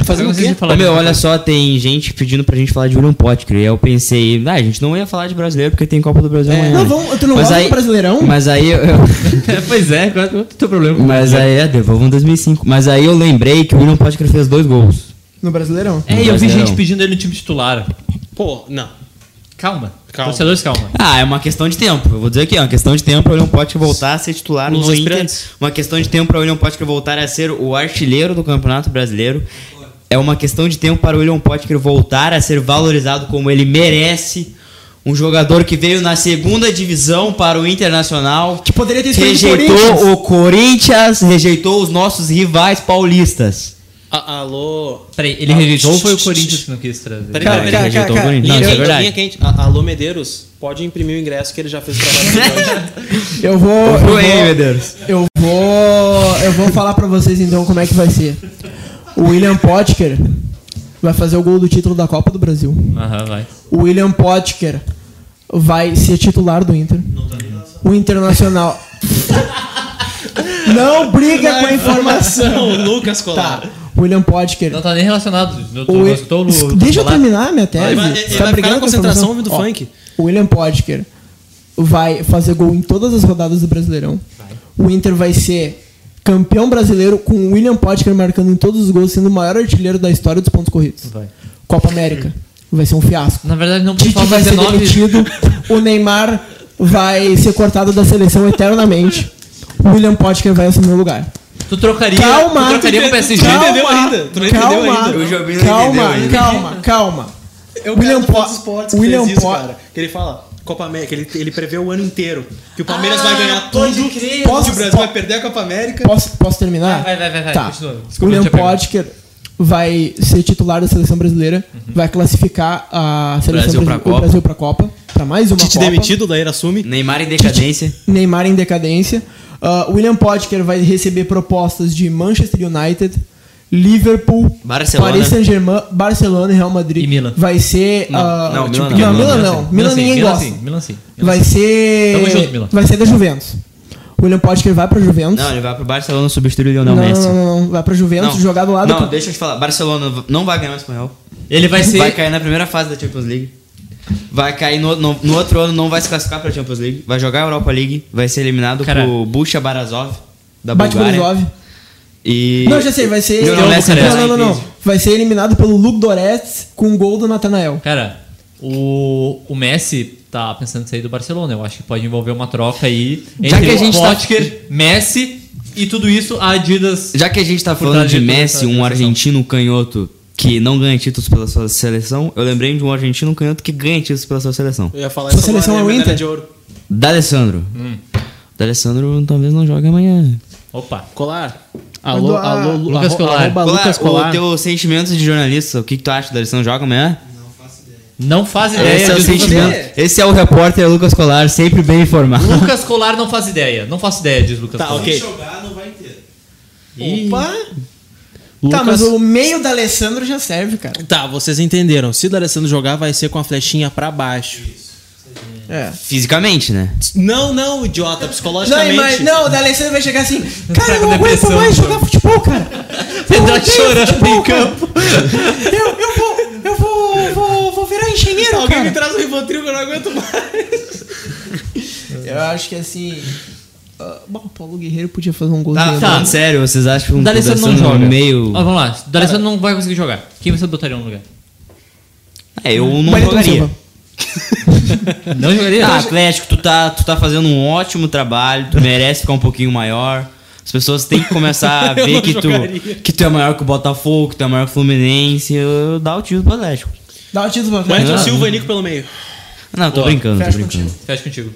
fazendo o vocês quê? me falaram Ô, meu, de- olha só, tem gente pedindo pra gente falar de William Potker. E aí eu pensei, ah, a gente não ia falar de brasileiro porque tem Copa do Brasil amanhã. É. Não, né? vamos- tu não mas gosta do aí, Brasileirão? Mas aí eu- eu- pois é, qual é o teu problema? Mas aí, é, devolvam 2005. Mas aí eu lembrei que o William Potker fez dois gols. No Brasileirão. É, eu vi Brasileirão. gente pedindo ele no time titular. Pô, não. Calma. Calma. Torcedores, calma. Ah, é uma questão de tempo. Eu vou dizer aqui, é uma questão de tempo para o William Potker voltar a ser titular Nos no Inter. aspirantes. Uma questão de tempo para o William Potker voltar a ser o artilheiro do Campeonato Brasileiro. É uma questão de tempo para o William Potker voltar a ser valorizado como ele merece. Um jogador que veio na segunda divisão para o Internacional. Tipo, Que poderia ter escolhido o Corinthians. Rejeitou o Corinthians, rejeitou os nossos rivais paulistas. A- alô. Ah, Peraí, ele rejeitou ou foi o Corinthians que não quis trazer? Peraí, Cara, peraí, cara, peraí. rejeitou o Corinthians. Linha Não, isso é quente, verdade. linha quente. A- Alô, Medeiros, pode imprimir o ingresso que ele já fez o trabalho. dele. Eu vou. Eu Foi, vou, hein, Medeiros? eu vou. Eu vou falar pra vocês então como é que vai ser. O William Potker vai fazer o gol do título da Copa do Brasil. Aham, vai. O William Potker vai ser titular do Inter. O Internacional. Não briga com a informação. Então, o Lucas Tá. Colar. O William Potker. Não tá nem relacionado. No, O no, Wi- escutou o- Esc- o Deixa eu falar? terminar minha tese. Ele vai- Você ele vai ficar na com a concentração informação? ouvindo Ó, funk. O William Podker vai fazer gol em todas as rodadas do Brasileirão. O Inter vai ser campeão brasileiro com o William Podker marcando em todos os gols, sendo o maior artilheiro da história dos pontos corridos. Vai. Copa América vai ser um fiasco. Na verdade, não pode Tite falar vai ser 19. demitido. O Neymar vai ser cortado da seleção eternamente. O William Podker vai assumir o lugar. Tu trocaria, Calma, tu trocaria com o PSG. Calma. entendeu ainda, tu não entendeu calma, ainda. O Jobim não calma, entendeu ainda. calma, calma. É o William William Pot Po- Sports que William fez isso, Po- cara. Que ele fala, Copa América, ele, ele prevê o ano inteiro. Que o Palmeiras vai ganhar tudo, pode crer. que Ah, Posso- o Brasil po- vai perder a Copa América. Posso, posso terminar? Vai, vai, vai, vai, Tá. continua. Desculpa, O William eu tinha Potker vai ser titular da seleção brasileira, Uhum. vai classificar a seleção Brasil pra brasi- Copa. o Brasil pra Copa, pra mais uma Tite Copa. demitido, daí ele assume. Neymar em decadência. Neymar em decadência. Ah, William Potker vai receber propostas de Manchester United, Liverpool, Barcelona. Paris Saint-Germain, Barcelona e Real Madrid. E Milan. Vai ser. Não, ah, não, tipo- Milan não, não, Milan Milan não. sim. Milan sim, ninguém Milan gosta. sim, Milan sim. Milan Vai Tamo junto, ser. Milan. Vai ser da Juventus. William Potker vai pra Juventus. Não, ele vai pro Barcelona substituir o Lionel não, Messi. não, não, não. Vai pra Juventus jogar do lado. Não, com- deixa eu te falar. Barcelona não vai ganhar o espanhol. Ele vai ser. Vai cair na primeira fase da Champions League. Vai cair no, no- no outro ano, não vai se classificar pra Champions League. Vai jogar a Europa League. Vai ser eliminado Cara. pro Bucha Barazov, da Bate por Bulgária. Love. E. Não, já sei, vai ser. Lionel Messi, não, aliás, não, não, em não. crise. Vai ser eliminado pelo Luke Doretz com o gol do Natanael. Cara, o, o Messi tá pensando em sair do Barcelona. Eu acho que pode envolver uma troca aí entre Já que a gente tá- Potker, Messi e tudo isso a Adidas. Já que a gente tá Por falando trás de de toda Messi, essa um sensação. argentino canhoto que não ganha títulos pela sua seleção, eu lembrei de um argentino canhoto que ganha títulos pela sua seleção. Eu ia falar Sua essa seleção bola, é o medalha Inter? de ouro. D'Alessandro. D'Alessandro talvez não jogue amanhã. Opa. Colar. Alô, Quando a- alô, alô, Lucas arro- Colar. arroba Olá, Lucas é o Colar. teu sentimento de jornalista, o que, que tu acha? D'Alessandro joga amanhã? Não faz ideia. Esse é, o disso. sentimento. Esse é o repórter Lucas Colar, sempre bem informado. Lucas Colar não faz ideia. Não faço ideia, diz Lucas Tá, Colar. ok. Opa! Lucas- Tá, mas o meio da Alessandro já serve, cara. Tá, vocês entenderam. Se o D'Alessandro jogar, vai ser com a flechinha pra baixo. É. Fisicamente, né? Não, não, idiota, Não, mas, psicologicamente. não, o da Alessandro vai chegar assim. Cara, eu não aguento depressão, mais então. jogar futebol, cara. Você Eu tá odeio chorando futebol, em cara. campo. Eu, eu vou, eu vou, vou, vou virar engenheiro, Alguém me cara. traz o Rivotril que eu não aguento mais. Eu acho que assim. ah, bom, o Paulo Guerreiro podia fazer um golzinho. Tá, né? falando sério, vocês acham que o D'Alessandro não joga. Um meio. Ó, vamos lá. Tá. D'Alessandro não vai conseguir jogar. Quem você botaria no lugar? É, eu não Wellington jogaria. Silva. Não jogaria? Ah, Atlético, tu tá, tu tá fazendo um ótimo trabalho, tu merece ficar um pouquinho maior. As pessoas têm que começar a Eu ver não que tu, jogaria. que tu é maior que o Botafogo, que tu é maior que o Fluminense. Eu dá o tiro pro Atlético. Dá o título pra Wellington Não. Silva e Nico pelo meio. Não, tô Boa. brincando, tô Fecha brincando. Fecha contigo.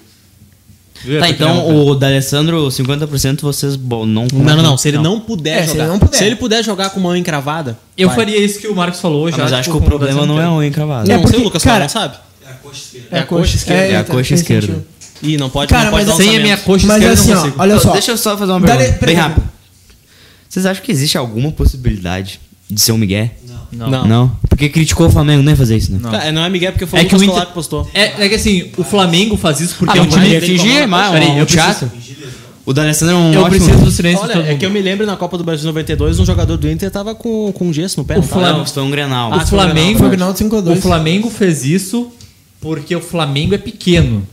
Tá, então o D'Alessandro, 50% vocês bom, não Não, não, não. Se ele não, puder É, se jogar. ele não puder. Se ele puder jogar com mão encravada. Eu vai. faria isso que o Marcos falou Ah, já. mas tipo, acho que o com problema não é D'Alessandro. um encravado. Não, É sei, porque, o Lucas cara- Colar, sabe? É a coxa esquerda. É a coxa faz esquerda. sentido. Ih, não pode, Cara, não pode mas dar um assim, Sem a lançamento. minha coxa Mas esquerda eu assim, não ó, consigo. olha só. Deixa eu só fazer uma pergunta. Dale- bem peraí. rápido. Vocês acham que existe alguma possibilidade de ser um Miguel? Não. Não? Porque criticou o Flamengo, nem fazer isso, né? Não. Cara, não é Miguel porque foi É o que o Lucas Inter- Colar que postou. É, é que assim, o Flamengo faz isso porque Ah, é um não, time tinha que tem fingir, como- mas Peraí, um eu teatro. preciso- O O D'Alessandro é um Eu ótimo... preciso do silêncio de Olha, todo é mundo. que eu me lembro na Copa do Brasil 92, um jogador do Inter tava com, com gesso no pé. O não tava? Flamengo- Não, isso foi um Grenal. o Flamengo, Foi o Grenal de 5 a 2. o Flamengo fez isso porque o Flamengo é pequeno.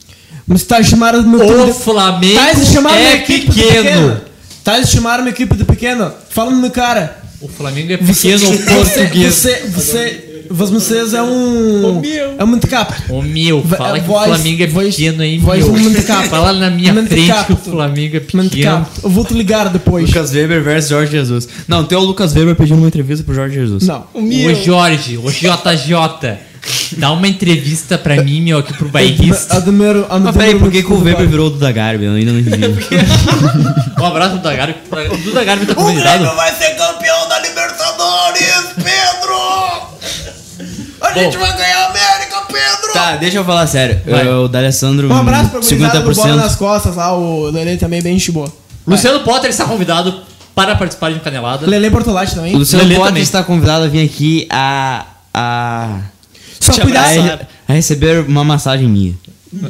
Mas tá chamaram meu time O de- Flamengo Tá estimaram é minha equipe do pequeno. pequeno. Tá estimaram minha equipe do pequeno. Fala no cara. O Flamengo é pequeno ou português. Você, você, você, vocês é um. É um handicap. Ô meu, Va- fala é que o voz- Flamengo é voz- pequeno aí, voz meu. mantecapo. Fala na minha frente que Mantecapo. o Flamengo é pequeno. Handicap. Eu vou te ligar depois. Lucas Weber versus Jorge Jesus. Não, tem o Lucas Weber pedindo uma entrevista pro Jorge Jesus. Não. Ô Jorge, ô JJ, dá uma entrevista pra mim, meu, aqui pro bairrista. Admiro, admiro Mas peraí, por muito que, que o do Weber Bayern. virou o Duda Garbi? Eu ainda não entendi. Um abraço do Dagarbi. O Duda Garbi tá convidado. vai ser campeão da Libertadores, Pedro! A gente vai ganhar a América, Pedro! tá, deixa eu falar sério. Vai. Eu, o D'Alessandro, Um abraço pra gurizada do Bola 50%. nas Costas lá, o Lele também é bem gente boa. Luciano Potter está convidado para participar de um canelada. Lele Bortolatti é também. O Luciano Lelê Potter também. está convidado a vir aqui a... a... Só a- cuidado. a receber uma massagem minha.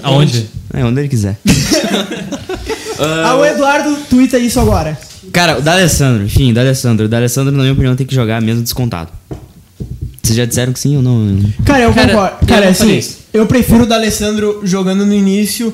Aonde? É, onde ele quiser. Ah, o Eduardo tuita isso agora. Cara, o D'Alessandro, enfim, D'Alessandro. O D'Alessandro, na minha opinião, tem que jogar mesmo descontado. Vocês já disseram que sim ou não? Cara, eu Cara, concordo. eu Cara, não faria assim, isso. eu prefiro o D'Alessandro jogando no início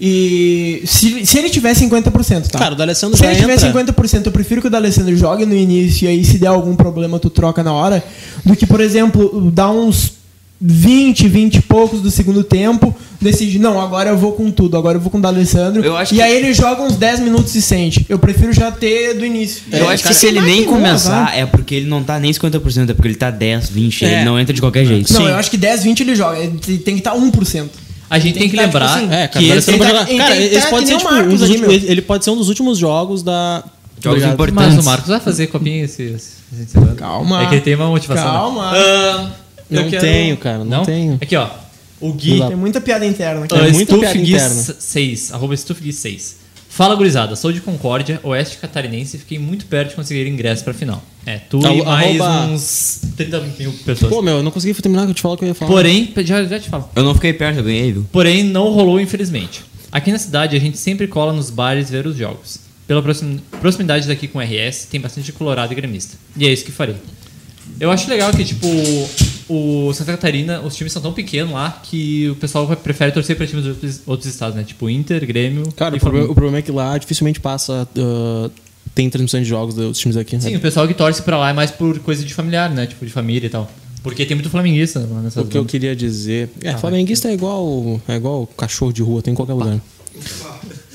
e. Se, se ele tiver 50%, tá? Cara, o D'Alessandro Se já ele tiver entra. 50%, eu prefiro que o D'Alessandro jogue no início e aí se der algum problema tu troca na hora, do que, por exemplo, dar uns 20, 20 e poucos do segundo tempo, decide, não, agora eu vou com tudo, agora eu vou com o D'Alessandro. Eu acho E que- aí ele joga uns 10 minutos e sente. Eu prefiro já ter do início. Eu acho que se ele nem começar, é porque ele não tá nem 50%, é porque ele tá 10, 20, É. ele não entra de qualquer jeito. Não, eu acho que 10, 20 ele joga. Ele tem tem que tá um estar 1%. A gente tem que tá, tipo lembrar assim, É, cara, que o esse D'Alessandro vai tá- jogar. ele Cara, tá- esse pode tá que ser nem o tipo, um Marcos dos ali, últimos- meu. ele ele pode ser um dos últimos jogos da. Jogos Obrigado. importantes. Mas o Marcos vai fazer copinha esse, esse, esse fim de semana. Calma. É que ele tem uma motivação. né? Calma. Não Eu quero- tenho, cara, não, Não? tenho. Aqui, ó. O Gui. Tem muita piada interna. É Uh, muita piada interna. 6, arroba Stufgui 6. Fala, gurizada. Sou de Concórdia, oeste catarinense e fiquei muito perto de conseguir ingresso pra final. É, tu e Arro- mais arroba- uns 30 mil pessoas. Pô, meu, eu não consegui terminar o que eu te falo que eu ia falar. Porém, já, já te falo. Eu não fiquei perto, eu ganhei, viu? Porém, não rolou, infelizmente. Aqui na cidade, a gente sempre cola nos bares ver os jogos. Pela proxim- proximidade daqui com o RS, tem bastante colorado e gremista. E é isso que farei. Eu acho legal que, tipo, o Santa Catarina, os times são tão pequenos lá que o pessoal vai- prefere torcer pra times de outros, outros estados, né? Tipo, Inter, Grêmio Cara, e o problema, Flamengo. o problema é que lá dificilmente passa. ah, tem transmissão de jogos dos times aqui. né? Sim, o pessoal que torce pra lá é mais por coisa de familiar, né? Tipo, de família e tal. Porque tem muito flamenguista lá nessa O que eu queria dizer. É, flamenguista é igual, é igual cachorro de rua, tem em qualquer lugar.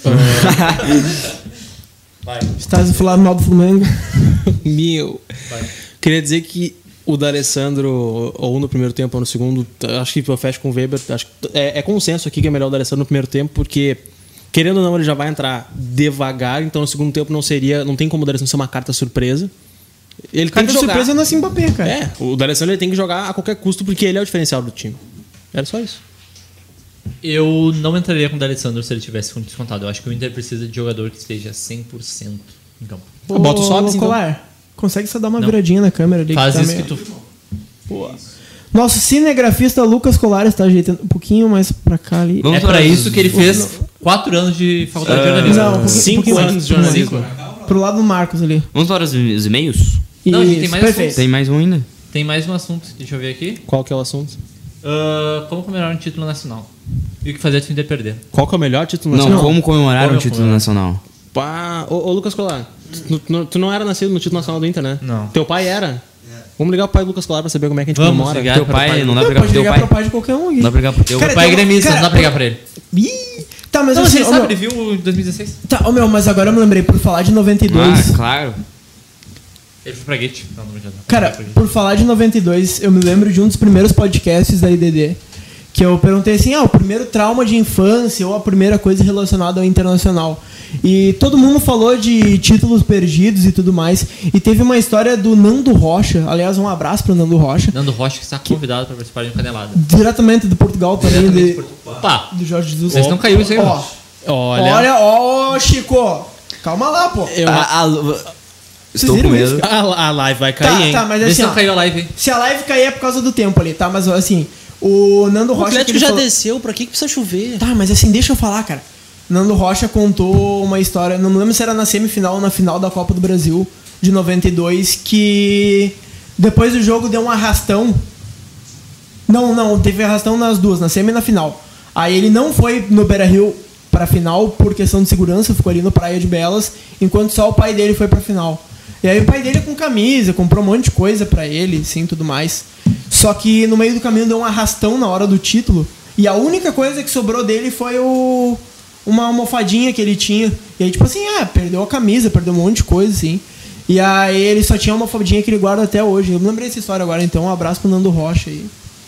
Ah, Estás a falar mal do Flamengo. Meu. Queria dizer que o D'Alessandro, ou no primeiro tempo ou no segundo, t- acho que eu fecho com o Weber. Acho que t- é, é consenso aqui que é melhor o D'Alessandro no primeiro tempo, porque, querendo ou não, ele já vai entrar devagar, então no segundo tempo não seria. Não tem como o D'Alessandro ser uma carta surpresa. Ele Cara, tem que jogar. surpresa é nosso Mbappé, cara. É, o D'Alessandro ele tem que jogar a qualquer custo, porque ele é o diferencial do time. Era só isso. Eu não entraria com o D'Alessandro se ele tivesse com descontado. Eu acho que o Inter precisa de jogador que esteja 100% em campo. Ô, Bota o Sobs, então. Colar, consegue só dar uma viradinha na câmera ali? Faz tá isso meio- que tu... Nosso cinegrafista Lucas Colar está ajeitando um pouquinho mais pra cá ali. Vamos é pra isso que ele fez quatro anos de faculdade de jornalismo. Um Não, um pouquinho- cinco um pouquinho mais. anos de jornalismo. Pro lado do Marcos ali. Vamos para os, e- os e-mails? Não, a gente tem Isso, mais perfeito. Tem mais um ainda? Tem mais um assunto, deixa eu ver aqui. Qual que é o assunto? Ah, como comemorar um título nacional? E o que fazer se o Inter perder? Qual que é o melhor título Não, nacional? como comemorar Como um título comemorar? nacional? Pá, ô, ô, Lucas Colar, tu, tu- tu não era nascido no título nacional do Inter, né? Não. É. Teu pai era? Vamos ligar pro pai do Lucas Colar pra saber como é que a gente Vamos comemora. ligar. Teu para o pai, pai. não dá Não, pra pegar pode pro teu ligar pai? pro pai de qualquer um. Não aqui. dá pra pegar pro teu o Cara, pai é tem um- gremista, cara, não dá pra pegar pra ele. Ih, Tá, mas Não, assim, você ô, sabe, ele meu, viu o 2016? tá, ô meu, mas agora eu me lembrei, por falar de 92. Ah, claro. Ele foi pra Gate. Não, não, já não. Cara, Foi pra Gate. por falar de 92, eu me lembro de um dos primeiros podcasts da IDD. Que eu perguntei assim, ah, o primeiro trauma de infância ou a primeira coisa relacionada ao internacional. E todo mundo falou de títulos perdidos e tudo mais. E teve uma história do Nando Rocha. Aliás, um abraço pro Nando Rocha. Nando Rocha que está convidado pra participar de um canelada. Diretamente do Portugal também, Diretamente de, de Portugal. Opa! do Jorge Jesus. Vocês não caiu isso aí, ó, Olha, Olha, tá. ó, Chico. Calma lá, pô. eu- Ah, ah, lu- estou com viram medo. isso, cara? a, a live vai cair, Tá, hein? tá, mas Vê se assim, não ó, caiu a live, hein? se a live cair é por causa do tempo ali, tá? Mas assim, o Nando o Rocha... que Atlético ele já falou- desceu, pra que, que precisa chover? Tá, mas assim, deixa eu falar, cara. Nando Rocha contou uma história, não me lembro se era na semifinal ou na final da Copa do Brasil de 92, que depois do jogo deu um arrastão. Não, não, teve arrastão nas duas, na semi e na final. Aí ele não foi no Beira Rio pra final por questão de segurança, ficou ali no Praia de Belas, enquanto só o pai dele foi pra final. E aí o pai dele com camisa, comprou um monte de coisa pra ele, sim, tudo mais. Só que no meio do caminho deu um arrastão na hora do título. E a única coisa que sobrou dele foi o uma almofadinha que ele tinha. E aí, tipo assim, ah, perdeu a camisa, perdeu um monte de coisa, assim. E aí ele só tinha uma almofadinha que ele guarda até hoje. Eu me lembrei dessa história agora, então um abraço pro Nando Rocha aí.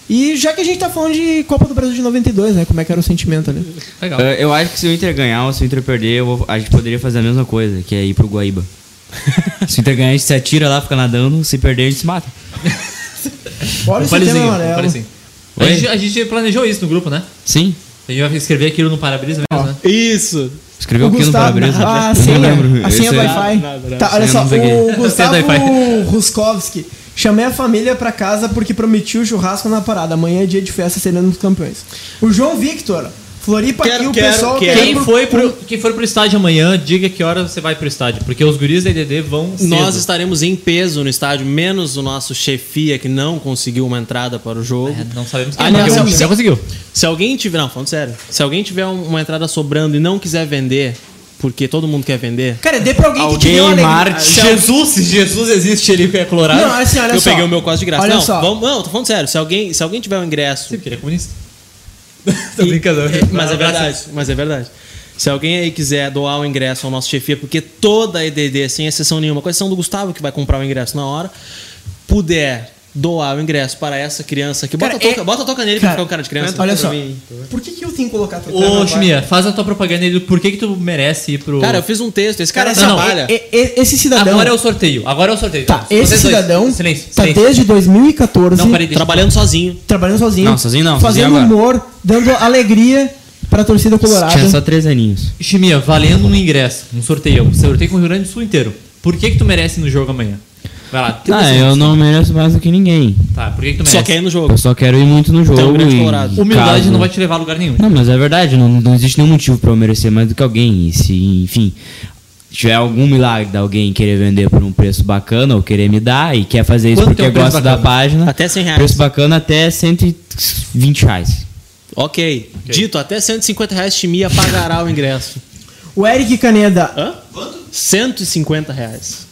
E já que a gente tá falando de Copa do Brasil de 92, né? Como é que era o sentimento ali? Legal. É, Eh, eu acho que se o Inter ganhar ou se o Inter perder, eu vou- a gente poderia fazer a mesma coisa, que é ir pro Guaíba. se o Inter ganhar, a gente se atira lá, fica nadando. Se perder, a gente se mata. Um Olha o sistema parezinho, um amarelo. parezinho. A Oi? gente, a gente planejou isso no grupo, né? Sim. A gente vai escrever aquilo no para-brisa mesmo, né? Isso! Escreveu o o né? que no Gustavo. para-brisa? Ah, Eu a senha. não lembro. A senha Esse do é- Wi-Fi. nada, nada. Tá, olha Senha só. não sei o O A senha Gustavo do Wi-Fi. Ruskowski. Chamei a família pra casa porque prometi o churrasco na parada. Amanhã é dia de festa, seremos dos campeões. O João Victor. Floripa Quero, aqui, o quero, pessoal quero. Quem querendo- foi, pro, quem for pro estádio amanhã, diga que hora você vai pro estádio. Porque os guris da IDD vão cedo. Nós estaremos em peso no estádio, menos o nosso chefia que não conseguiu uma entrada para o jogo. É, não sabemos Ah, quem Aliás, é. eu- já conseguiu. Se alguém tiver, não, falando sério, se alguém tiver um- uma entrada sobrando e não quiser vender, porque todo mundo quer vender. Cara, dê pra alguém, que te deu Alguém alegria. Marte. Jesus, se Jesus existe, ele é colorado. Não, assim, olha eu só. peguei o meu quase de graça. Olha não, só. vamos- não, tô falando sério. Se alguém, se alguém tiver um ingresso Sim, porque ele é comunista. Tô brincando. Mas é verdade, mas é verdade. Se alguém aí quiser doar o ingresso ao nosso chefia, porque toda a EDD, sem exceção nenhuma, com exceção do Gustavo, que vai comprar o ingresso na hora, puder doar o ingresso para essa criança aqui. Bota, Cara, a, touca, é- bota a touca nele pra Cara, ficar um cara de criança. Olha só. Pra mim. Por que, que eu tenho que colocar teu cara Ô, na Chimia, faz a tua propaganda aí do porquê que tu merece ir pro... Cara, eu fiz um texto, esse cara Cara, não, assim, ó, trabalha. e- e- esse cidadão. Agora é o sorteio. Agora é o sorteio. Tá, Vocês esse dois. cidadão Silêncio, tá silêncio. desde 2014 Não, peraí, deixa- Trabalhando sozinho. trabalhando sozinho. Não, sozinho não, Fazendo sozinho agora. humor, dando alegria pra torcida colorada. Tinha só três aninhos. Chimia, valendo um ingresso, um sorteio. Um sorteio com o Rio Grande do Sul inteiro. Por que que tu merece ir no jogo amanhã? Vai lá. tenta Ah, ser eu honesto. não mereço mais do que ninguém. Tá, por que que tu merece? Só quer ir no jogo. Eu só quero ir muito no jogo. um grande e- colorado. Humildade caso- não vai te levar a lugar nenhum. Não, mas é verdade, não, não existe nenhum motivo pra eu merecer mais do que alguém. E se, enfim, tiver algum milagre de alguém querer vender por um preço bacana ou querer me dar e quer fazer isso Quanto é porque o preço gosta da bacana? página. Até 100 reais. Preço bacana até 120 reais. Ok. Dito, até 150 reais Chimia pagará o ingresso. O Eric Caneda. Hã? 150 reais.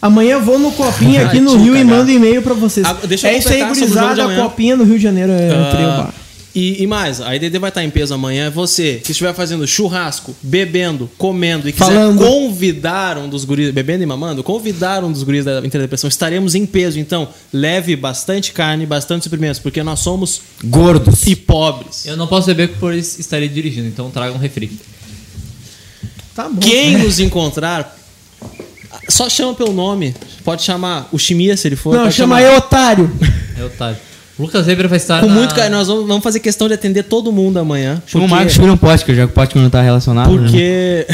Amanhã vou no Uhum. Copinha aqui no Ai, tio, Rio e cagar. mando e-mail pra vocês. Ah, deixa eu é isso aí, completar sobre o jogo de gurizada. amanhã. Copinha no Rio de Janeiro é Ah, trio bar. E, e mais, a IDD vai estar em peso amanhã. É Você que estiver fazendo churrasco, bebendo, comendo e quiser Falando. convidar um dos guris, bebendo e mamando, convidar um dos guris da Interdepressão, estaremos em peso. Então, leve bastante carne, bastante suprimentos, porque nós somos Gordos. e pobres. Eu não posso beber por isso estarei dirigindo, então traga um refri. Tá bom. Quem nos encontrar, só chama pelo nome. Pode chamar o Chimia, se ele for. Não, pode chama chamar. eu, otário. É otário. O Lucas Weber vai estar Com na- muito carinho, nós vamos, vamos fazer questão de atender todo mundo amanhã. Chama o porque- Marcos Filho um pote, que já que o pote não tá relacionado. né? Porque.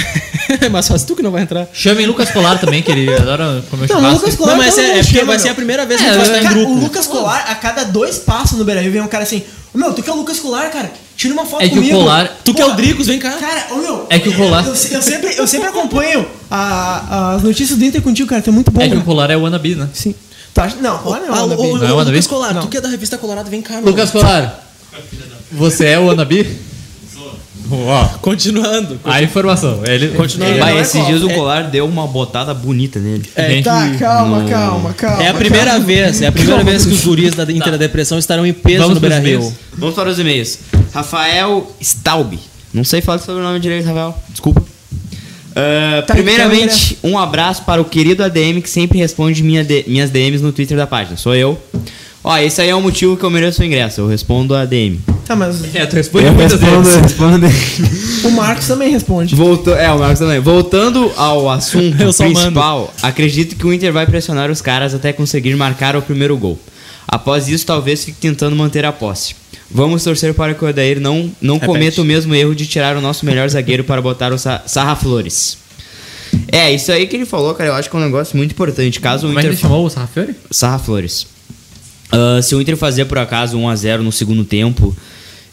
Mas faz tu que não vai entrar. Chamem Lucas Colar também, que ele adora comer Não, churrasco. Lucas Colar Não, mas todo é, mundo é porque chama, vai meu. ser a primeira vez que É, a gente vai estar em Cara, grupo. o Lucas Colar, a cada dois passos no Beira Rio, vem um cara assim: Ô meu, tu que é o Lucas Colar, cara? Tira uma foto É que o comigo. Colar- Tu que é o Dricos, vem cá. Cara, ô meu. É que o Colar- Eu, eu sempre, eu sempre acompanho a- as notícias do Inter contigo, cara. Tu é muito bom, É que cara. o Colar é o wannabe, né? Sim. Tu acha- Não, Colar não. Ah, nada o, bem. o- Não é o wannabe? Lucas Colar, tu que é da revista Colorado, vem cá. meu. Lucas Colar, você é o wannabe? Ó, Tá Continuando. a informação. Ele continua. Vai, não é esses copo, dias o colar deu uma botada bonita nele. É Tá, calma, calma, calma. É a primeira calma. vez, é a primeira vez que os guris da Inter da Depressão estarão em peso Vamos no pros Beira Rio. meios. Vamos para os e-mails. Rafael Staub. Não sei falar sobre o nome direito, Rafael. Desculpa. Ah, Tá, primeiramente, um abraço para o querido ADM que sempre responde minha D- minhas DMs no Twitter da página. Sou eu. Ó, esse aí é o motivo que eu mereço o ingresso. Eu respondo a DM. Tá, mas É, tu responde muitas vezes. respondo. o Marcos também responde. Voltou, é, o Marcos também. Voltando ao assunto Eu só principal, acredito que o Inter vai pressionar os caras até conseguir marcar o primeiro gol. Após isso, talvez fique tentando manter a posse. Vamos torcer para que o Odair não, não cometa o mesmo erro de tirar o nosso melhor zagueiro para botar o Sa- Sarra Flores. É, isso aí que ele falou, cara, eu acho que é um negócio muito importante. Caso o Como é que Inter ele chamou o Sarrafiori? um Sarra Flores. Ah, se o Inter fazer por acaso 1 a 0 no segundo tempo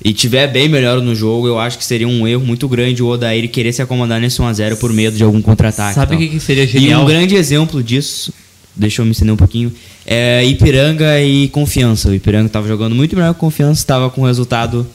e tiver bem melhor no jogo, eu acho que seria um erro muito grande o Odair querer se acomodar nesse 1x0 por medo de algum contra-ataque. tá? Sabe e o que tal. que seria Ah, E genial? um grande exemplo disso, deixa eu me estender um pouquinho, é Ipiranga e Confiança. O Ipiranga tava jogando muito melhor que o Confiança, estava com um resultado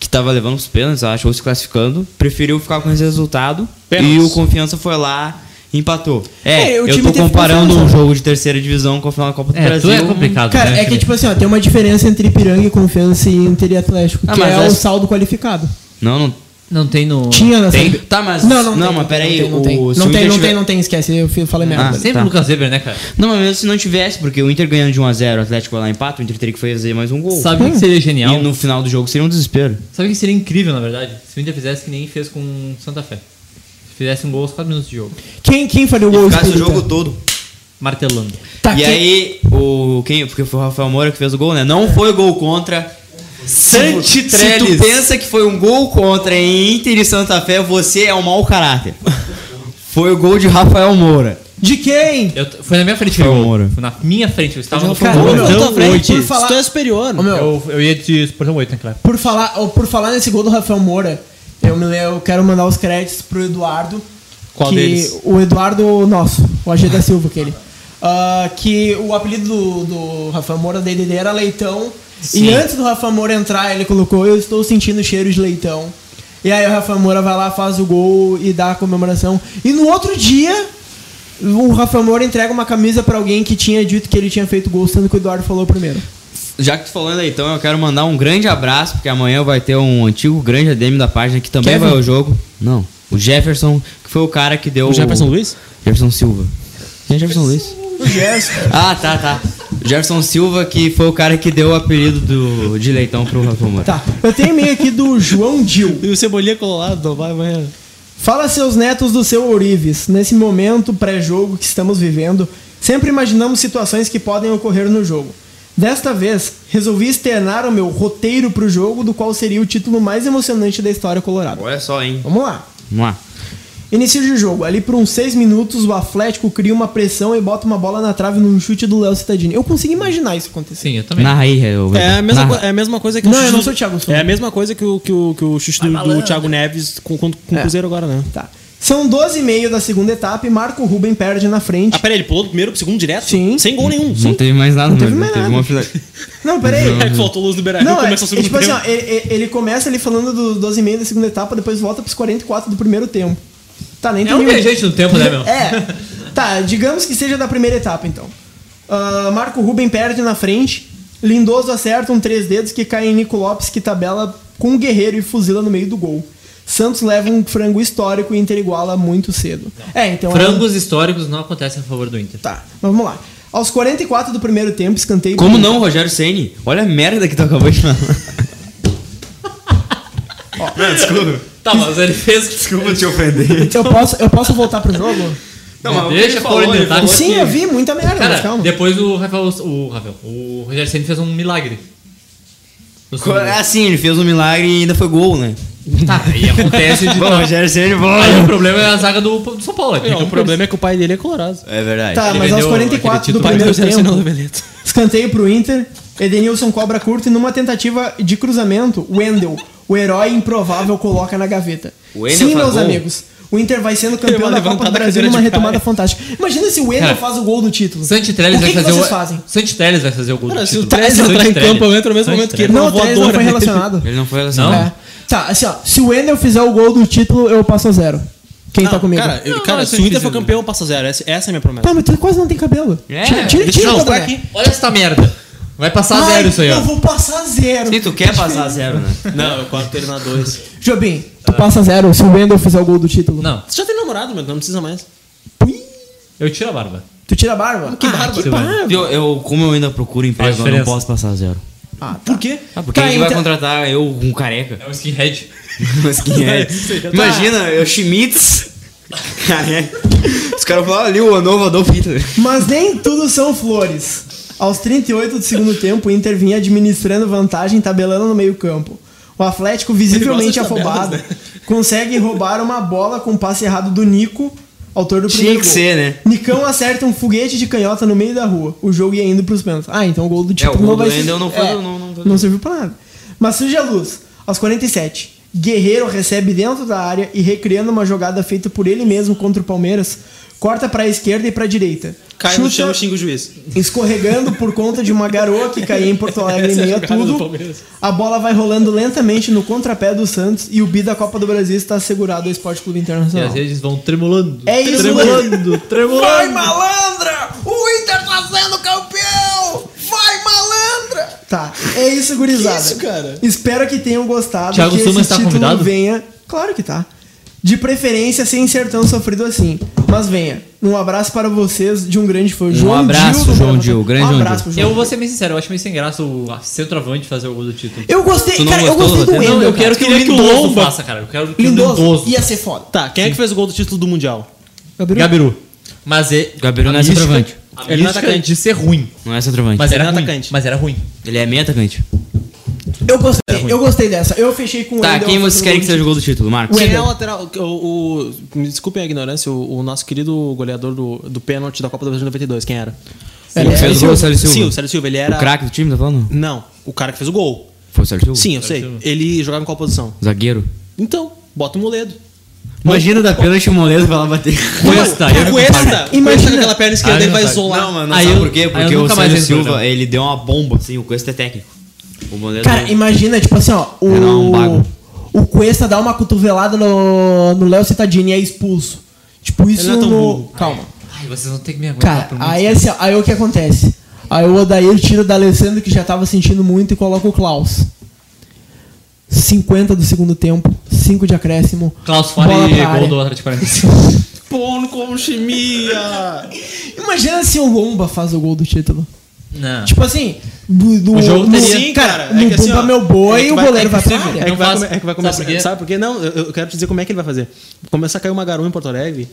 que tava levando os pênaltis, eu acho, ou se classificando. Preferiu ficar com esse resultado Pênaltis. e o Confiança foi lá e empatou. É, É, o eu time tô teve comparando um confiança. jogo de terceira divisão com a final da Copa do É, Brasil. tu é complicado. Cara, né, é que Felipe? tipo assim, ó, tem uma diferença entre Ipiranga e Confiança e Inter e Atlético, Ah, que mas é o essa- saldo qualificado. Não, não. Não tem no. Tinha na tem? Série B. Tá, mas- Não, não, não, tem, mas peraí, Não o- tem, não se o tem, não Inter tem, não tiver- tem, não tem, esquece, eu fi- falei merda. Ah. Sempre tá. o Lucas Weber, né, cara? Não, mas mesmo se não tivesse, porque o Inter ganhando de 1x0, o Atlético vai lá e empata, o Inter teria que fazer mais um gol. Sabe o que seria genial? E no final do jogo seria um desespero. Sabe o que seria incrível, na verdade? Se o Inter fizesse que nem fez com o Santa Fé. Fizesse um gol aos 4 minutos de jogo. Quem, quem faria o gol Ficasse o espírita? jogo todo. Martelando. Tá, e quem- aí, o. Quem? Porque foi o Rafael Moura que fez o gol, né? Não foi gol contra. Santi Se tu Trellis. pensa que foi um gol contra em Inter e Santa Fé, você é um mau caráter. Foi o gol de Rafael Moura. De quem? Eu t- foi na minha frente que eu Foi o Moro. Foi na minha frente, eu estava no Cara, futebol. meu, Então, eu tô frente, oito, por falar- se tu é superior. Ô, meu, Eu, eu ia de né, Portão 8 naquela época. Por falar, ó, por falar nesse gol do Rafael Moura, eu, me, eu quero mandar os créditos pro Eduardo. Qual que- deles? O Eduardo nosso, o AG da Silva, aquele. Ah, que o apelido do, do Rafael Moura dele, dele era Leitão. E antes do Rafael Moura entrar, ele colocou: Eu estou sentindo cheiro de leitão. E aí o Rafael Moura vai lá, faz o gol e dá a comemoração. E no outro dia, o Rafael Moura entrega uma camisa pra alguém que tinha dito que ele tinha feito gol, sendo que o Eduardo falou primeiro. Já que tu falou em Leitão, eu quero mandar um grande abraço, porque amanhã vai ter um antigo grande ADM da página que também Kevin? vai ao jogo. Não. O Jefferson, que foi o cara que deu. O Jefferson Luiz? Jefferson Silva. Quem é Jefferson Luiz? O Gerson. Ah, tá, tá. Jefferson Silva, que foi o cara que deu o apelido do, de leitão pro Rafael Moura. Tá, eu tenho e-mail aqui do João Dil. E o Cebolinha colado, vai, vai. Fala seus netos do seu Ourives. Nesse momento pré-jogo que estamos vivendo, sempre imaginamos situações que podem ocorrer no jogo. Desta vez, resolvi externar o meu roteiro pro jogo, do qual seria o título mais emocionante da história colorada. Olha É só, hein? Vamos lá. Vamos lá. Início de jogo. Ali por uns 6 minutos, o Atlético cria uma pressão e bota uma bola na trave num chute do Léo Cittadini. Eu consigo imaginar isso acontecer. Sim, eu também. Narra aí, eu, É a mesma, co- é a mesma coisa que Não, eu chute não do- sou o Thiago Souza. É a mesma coisa que o, que o, que o chute do, do Thiago Neves com, com, com o É. Cruzeiro agora, né? Tá. São 12 e meio da segunda etapa e Marco Ruben perde na frente. Ah, peraí, ele pulou do primeiro pro segundo direto? Sim. Sem gol nenhum. Não Sim. teve mais nada, não teve mais nada. uma fila- Não, peraí. É que faltou luz do Beira Não, é, começa o é segundo tipo assim, tempo. ó, ele, ele- ele começa ali falando dos 12 e meio da segunda etapa, depois volta pros 44 do primeiro tempo. Tá, nem É um nenhum- viajante do tempo, né, meu? É. Tá, digamos que seja da primeira etapa, então. Ah, Marco Ruben perde na frente, Lindoso acerta um três dedos que cai em Nico Lopes, que tabela com o Guerreiro e fuzila no meio do gol. Santos leva um frango histórico e Inter iguala muito cedo. É, então... Frangos históricos não acontecem a favor do Inter. Tá, mas vamos lá. Aos 44 do primeiro tempo, escanteio... Como não, Rogério Ceni? Olha a merda que tu acabou de falar. Não, desculpa. Tá, mas ele fez. Desculpa te ofender. Eu posso, eu posso voltar pro jogo? Não, mas o que Deixa ele a falou, né? Corinthians, ele tá? falou Sim, que- eu vi muita merda, mas Cara, calma. depois o Rafael. O Rafael. O Rogério Senna fez um milagre. No segundo. Ah, sim, ele fez um milagre e ainda foi gol, né? Tá, aí acontece de Bom, novo. Rogério Ceni, bom. Aí o problema é a zaga do, do São Paulo. Não, tipo o problema é que o pai dele é colorado. É verdade. Tá, Ele mas aos vendeu 44 aquele do título. primeiro Zero Zero tempo, Noveleto. escanteio pro Inter, Edenilson cobra curto e numa tentativa de cruzamento, Wendel, o herói improvável, coloca na gaveta. Wendel Sim, faz meus gol? amigos, o Inter vai sendo Deu campeão uma da Copa do levantada Brasil na cadeira numa de retomada praia. fantástica. Imagina se o Wendel Cara, faz o gol do título. Santi o Trellis que, vai que fazer vocês o. fazem? Santi Trellis vai fazer o gol Cara, do se o título. Trellis Santi entrar em Trellis. campo, eu entro no mesmo Santi momento que Trellis. ele. é né? Não, uma voadora o Trellis não foi nele. relacionado. Ele não foi né? Não? relacionado. É. Tá, assim ó, se o Wendel fizer o gol do título, eu passo a zero. Quem tá comigo? Cara, eu- Não, cara, não, isso se é o Inter difícil, for campeão, passa zero. Essa, essa é a minha promessa. Tá, mas tu quase não tem cabelo. É. Tira, tira, Deixa tira eu o mostrar caderno. aqui. Olha essa merda. Vai passar Ai, Tá zero isso aí, Eu ó. vou passar zero. Sim, tu quer passar zero, né? Não, eu corto ele na dois. Jobim, tu passa zero se o Wendel fizer o gol do título. Não, Você já tem namorado, meu? Não precisa mais. eu tiro a barba. Tu tira a barba? Ah, que barba, que Tá. seu barba. Eu, eu- como eu ainda procuro Faz emprego, eu não diferença. posso passar zero. Ah, tá. Por quê? Ah, porque Tá, quem vai então- contratar eu com careca? É um skinhead. Um skinhead. Imagina, eu Schmitz. Careca. Os caras falaram ali o novo Adolf Hitler. Mas nem tudo são flores. Aos 38 do segundo tempo, o Inter vinha administrando vantagem, tabelando no meio-campo. O Atlético, visivelmente Ele gosta de né? afobado, consegue roubar uma bola com um passe errado do Nico, autor do Tinha primeiro que gol. ser, né? Nicão acerta um foguete de canhota no meio da rua. O jogo ia indo pros pênaltis. Ah, então o gol do título É, o gol não vai do Wendel não foi- é, não- não foi- não serviu pra nada. Mas surge a luz. Aos 47, Guerreiro recebe dentro da área e recriando uma jogada feita por ele mesmo contra o Palmeiras, corta pra esquerda e pra direita. Cai Chuta- no chão e xinga o juiz. escorregando por conta de uma garoa que caía em Porto Alegre em Essa é a meio a jogada do tudo. Palmeiras. A bola vai rolando lentamente no contrapé do Santos e o bi da Copa do Brasil está assegurado ao Esporte Clube E Internacional. às vezes vão tremulando. É isso, Tremulando, Vai, tremulando. malandra! O Inter tá sendo campeão! Vai, malandra! Tá, é isso, gurizada. Que isso, cara? Espero que tenham gostado. Thiago que Sumas esse tá título convidado? venha. Claro que tá. De preferência sem ser tão sofrido assim. Mas venha. Um abraço para vocês de um grande fã. João abraço, Dil, João Gravataí. Dil. Grande um João abraço pro João Eu Dil. vou ser bem sincero, eu acho meio sem graça o centroavante fazer o gol do título. Eu gostei, Tu não cara, eu gostou do gostei do roteiro? Wendel. Não, eu cara. quero que o queria que o Lindoso Lomba- faça, cara. Eu quero que o Lindoso. um Lindoso. Ia ser foda. Tá, quem é que fez o gol do título do Mundial? Gabiru. Mas é. Gabiru não é a mística- centroavante. a Ele não é mística atacante. de ser ruim. Não é centroavante. Mas Ele era não é ruim. atacante. Mas era ruim. Ele é meio atacante. Eu gostei, eu gostei dessa. Eu fechei com o Tá, Wendel quem fazendo vocês querem gol que de- seja o gol do título, Marcos? Quem é Wendel. o lateral? O, o- me desculpem a ignorância, o, o nosso querido goleador do, do pênalti da Copa do Brasil de 92, quem era? Ele é, fez o esse gol, é o Sérgio Sim, o Silva. Sérgio Silva, ele era. O craque do time, tá falando? Não, o cara que fez o gol. Foi o Sérgio Silva? Sim, eu sei. Silva. Ele jogava em qual posição? Zagueiro. Então, bota o Moledo. Imagina dar pênalti o Moledo vai lá bater. Cuesta, eu o Cuesta! Imagina- Imagina aquela perna esquerda Ah, e vai não, tá. isolar. Não, mano, Aí sabe eu- por quê? aí eu Porque o nunca mais Sérgio entro no Silva, programa. ele deu uma bomba, assim, o Cuesta é técnico. O Moledo... é Cara, imagina, tipo assim, ó, Era um o. bago. o Cuesta dá uma cotovelada no no Léo Cittadini e é expulso. Tipo, isso não é tão no- burro. Calma. Ai, vocês vão ter que me aguentar Cara, por muito aí assim, ó, aí o que acontece? Aí o Odair tira da Alessandro que já tava sentindo muito e coloca o Klaus. 50 do segundo tempo, 5 de acréscimo. Klaus fora bola pra e área. gol do Atlético Paranaense. Pão com chimia! Imagina se o Lomba faz o gol do título. Não. Tipo assim, do, do O jogo no- teria- Sim, cara. no é que assim, Bumba ó, meu boi, é que o vai- goleiro é que assim, vai pra possível, área. É que Não vai, faz. come- é que vai Sabe começar. por quê? Sabe por quê? Não, eu, eu quero te dizer como é que ele vai fazer. Começar a cair uma garoa em Porto Alegre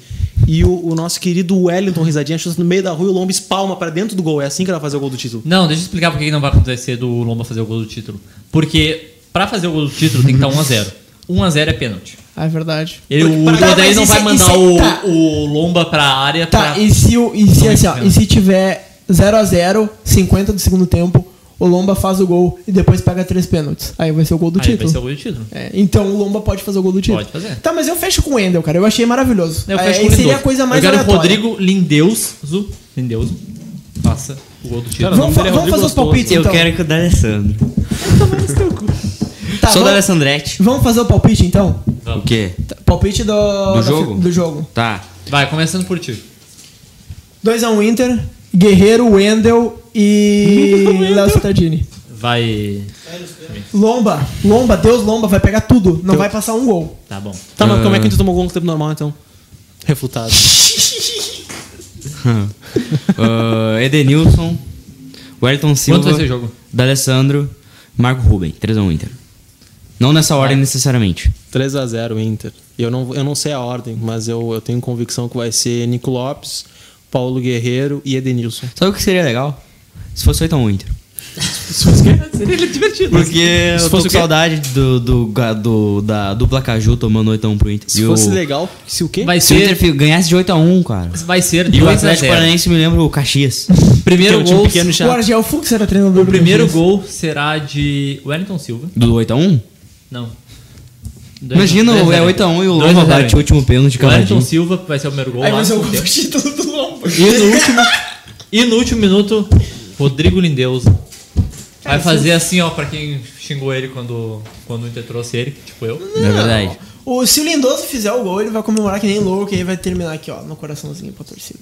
e o, o nosso querido Wellington risadinha chuta no meio da rua e o Lomba espalma pra dentro do gol. É assim que ele vai fazer o gol do título. Não, deixa eu explicar por que não vai acontecer do Lomba fazer o gol do título. Porque pra fazer o gol do título tem que tá um estar 1x0. 1x0 é pênalti. Ah, é verdade. Ele, o Tá, Odair mas não e vai se- mandar e se- o, tá. o Lomba pra área Tá, pra... e se, o- e se, Não é assim, ó, pênalti. e se tiver 0x0, 50 do segundo tempo, o Lomba faz o gol e depois pega três pênaltis. Aí vai ser o gol do Aí vai título. ser o gol do título. É, então o Lomba pode fazer o gol do título. Pode fazer. Tá, mas eu fecho com o Endel, cara. Eu achei maravilhoso. Eu É, fecho com o seria Lindoso. a coisa mais Eu quero o aleatória. Rodrigo Lindeuso. Lindeuso. Faça o gol do título. Cara, Vamos, O nome dele é Rodrigo vamos fazer os Gostoso. palpites, Eu então. quero que o D'Alessandro. Tá, Sou o vamos, D'Alessandretti. vamos fazer o palpite, então? O quê? Tá, Palpite do, da fi- jogo? do jogo. Tá. Vai, começando por ti. 2x1 Inter, Guerreiro, Wendel e Léo Cittadini. Vai... Lomba, Lomba, Deus Lomba, vai pegar tudo. Não vai passar um gol. Tá bom. Tá, mas Ah. como é que a gente tomou gol no tempo normal então? Refutado. Ah, Edenilson, Wellington Silva, vai ser o jogo? D'Alessandro, Marco Ruben, 3x1 Inter. Não nessa ordem necessariamente. 3x0 Inter. Eu não, eu não sei a ordem, mas eu, eu tenho convicção que vai ser Nico Lopes, Paulo Guerreiro e Edenilson. Sabe o que seria legal? Se fosse 8x1 Inter. um Seria divertido. Porque eu tô fosse com o quê? saudade do, do, ga- do- da dupla Caju tomando 8x1 pro Inter. Se E fosse o- legal, se o quê? Vai Se o Inter ser... fi- ganhasse de 8x1, cara. Vai ser E o 2 a Atlético 0 Paranaense me lembra o Caxias. Porque é Primeiro um time gol... pequeno O já. Argel Fux era treinador O do primeiro Corinthians. gol será de Wellington Silva. Do 8x1? Não. Dois- Imagina, dois a é zero. 8x1 e o Dois Lomba a zero. bate o último pênalti O Wellington cavadinho. Silva vai ser o primeiro gol. Aí lá vai ser o no gol do tempo. título do Lomba. E no último, e no último minuto, Rodrigo Lindeus vai fazer assim, ó, pra quem xingou ele quando, quando o Inter trouxe ele, tipo eu. Na É verdade. O, se o Lindoso fizer o gol, ele vai comemorar que nem louco e aí vai terminar aqui, ó, no coraçãozinho pra torcida.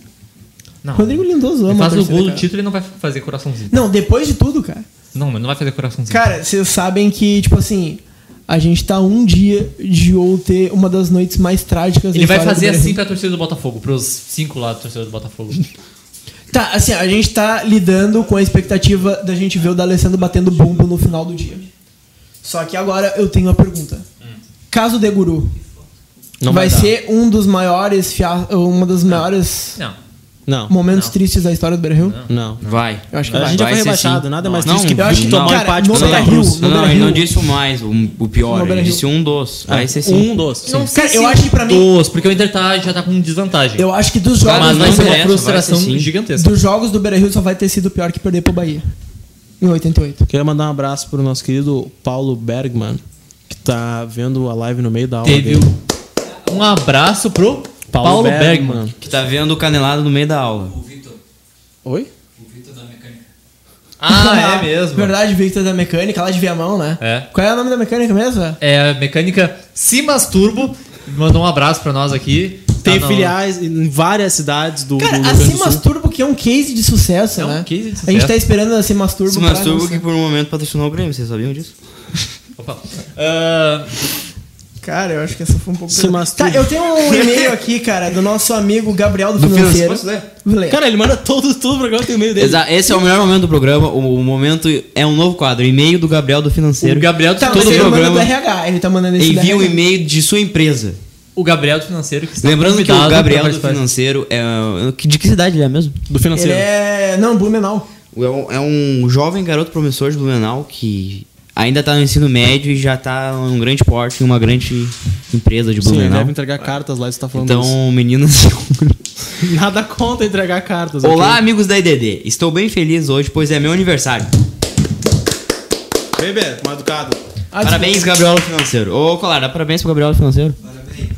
Não. Rodrigo Lindoso Ele ama a faz o torcida, gol do cara. título e não vai fazer coraçãozinho. Não, depois de tudo, cara. Não, mas não vai fazer coraçãozinho. Cara, vocês sabem que, tipo assim, a gente tá um dia de ou ter uma das noites mais trágicas da ele vai história do fazer Brasil. assim pra torcida do Botafogo, pros cinco lá da torcida do Botafogo. Tá, assim, a gente tá lidando com a expectativa da gente ver o D'Alessandro batendo bombo no final do dia. Só que agora eu tenho uma pergunta. Caso de Guru, Não vai, vai dar. ser um dos maiores, fia... uma das maiores Não. Não. momentos Não. tristes da história do Brasil? Não. Vai. Eu acho que A vai. gente já É, Vai foi ser rebaixado, sim. nada mais Não, triste que eu acho que tomar não. um empate Cara, pro no Santa Beira Cruz. Rio, Não, no não, Beira ele não Rio. disse o mais, o, o pior. No Ele Beira Rio. disse um dos. Vai ser sim. Um, dois. sim. Cara, eu acho que pra mim, Dos, porque o Inter tá, já tá com desvantagem. eu acho que dos mas jogos, vai não ser uma interessa, frustração vai ser sim. gigantesca. dos jogos do Beira Rio só vai ter sido pior que perder pro Bahia. Em 88. Queria mandar um abraço pro nosso querido Paulo Bergman, que tá vendo a live no meio da aula. Teve dele. o- um abraço pro Paulo, Bergman. Que tá vendo o canelado no meio da aula. Oi? Ah, é mesmo. Verdade, Victor da mecânica, lá de Viamão, né? É. Qual é o nome da mecânica mesmo? É a mecânica Simas Turbo. Mandou um abraço pra nós aqui. Ah, Tem Tá no- filiais em várias cidades do, Cara, do a Rio Grande do Simas Sul. Turbo, que é um case de sucesso, É um né? case de A gente sucesso. tá esperando a Simas Turbo. Se pra masturba lançar. que por um momento patrocinou o Grêmio, vocês sabiam disso? Opa. Ah, Cara, eu acho que essa foi um pouco. Simas Tá, Turbo. eu tenho um e-mail aqui, cara, do nosso amigo Gabriel do, Financeiro. Posso ler? Vou ler. Cara, ele manda todo, todo o programa tem o meio dele. Exa- Esse é o melhor momento do programa. O, o momento é um novo quadro. E-mail do Gabriel do o Financeiro. Gabriel do tá, mas todo ele o manda programa. do RH, ele tá mandando esse Envia da um RH. e-mail de sua empresa. O Gabriel do financeiro que está Lembrando que o Tá convidado pra Gabriel do participar. Financeiro é. que- De que cidade ele é mesmo? Do Ele financeiro. é. Não, Blumenau. É um, é um jovem garoto promissor de Blumenau que ainda tá no ensino médio e já tá em um grande porte, em uma grande empresa de Sim, ele Blumenau. deve entregar cartas lá, você tá falando isso. então, meninas. Nada contra entregar cartas. Olá, amigos da IDD. Estou bem feliz hoje, pois é meu aniversário. Bebê, mal educado. Ah, parabéns, Gabriel do Financeiro. Ô, Colara, parabéns pro Gabriel do Financeiro. Parabéns.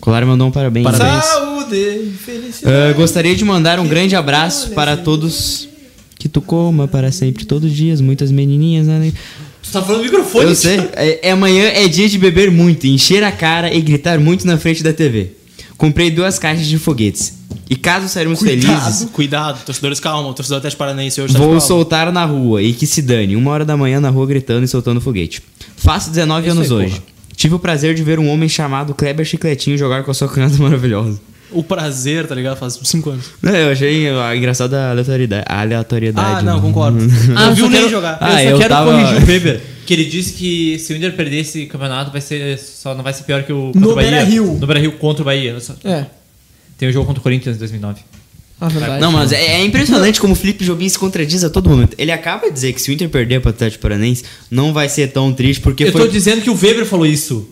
Colara mandou um parabéns. Parabéns. Saúde, felicidade. Ah, gostaria de mandar um grande abraço para todos. Que tu coma para sempre, todos os dias, muitas menininhas. Né? Tu tá falando do microfone? Eu sei. É, é amanhã é dia de beber muito, encher a cara e gritar muito na frente da TV. Comprei duas caixas de foguetes. E caso sairmos felizes, Cuidado, cuidado, torcedores, calma. O torcedor Atlético Paranaense hoje tá de vou folga. soltar na rua e que se dane. Uma hora da manhã na rua gritando e soltando foguete. Faço 19 anos hoje. Tive o prazer de ver um homem chamado Kleber Chicletinho jogar com a sua cunhada maravilhosa. O prazer, tá ligado? Faz cinco anos. É, Eu achei ah, engraçado a aleatoriedade. a aleatoriedade, Ah, não, né? concordo. Ah, não eu viu só nem quero- jogar. Ah, eu só eu quero tava- corrigir o Weber, que ele disse que se o Inter perder esse campeonato vai ser só não vai ser pior que o contra No o Bahia. Beira-Rio. No Beira-Rio contra o Bahia. Eu só- É, Tem o jogo contra o Corinthians em 2009. a verdade. Não, mas é, é impressionante como o Felipe Jobim se contradiz a todo momento. Ele acaba de dizer que se o Inter perder pro Atlético Paranense, não vai ser tão triste, porque eu foi... tô dizendo que o Weber falou isso.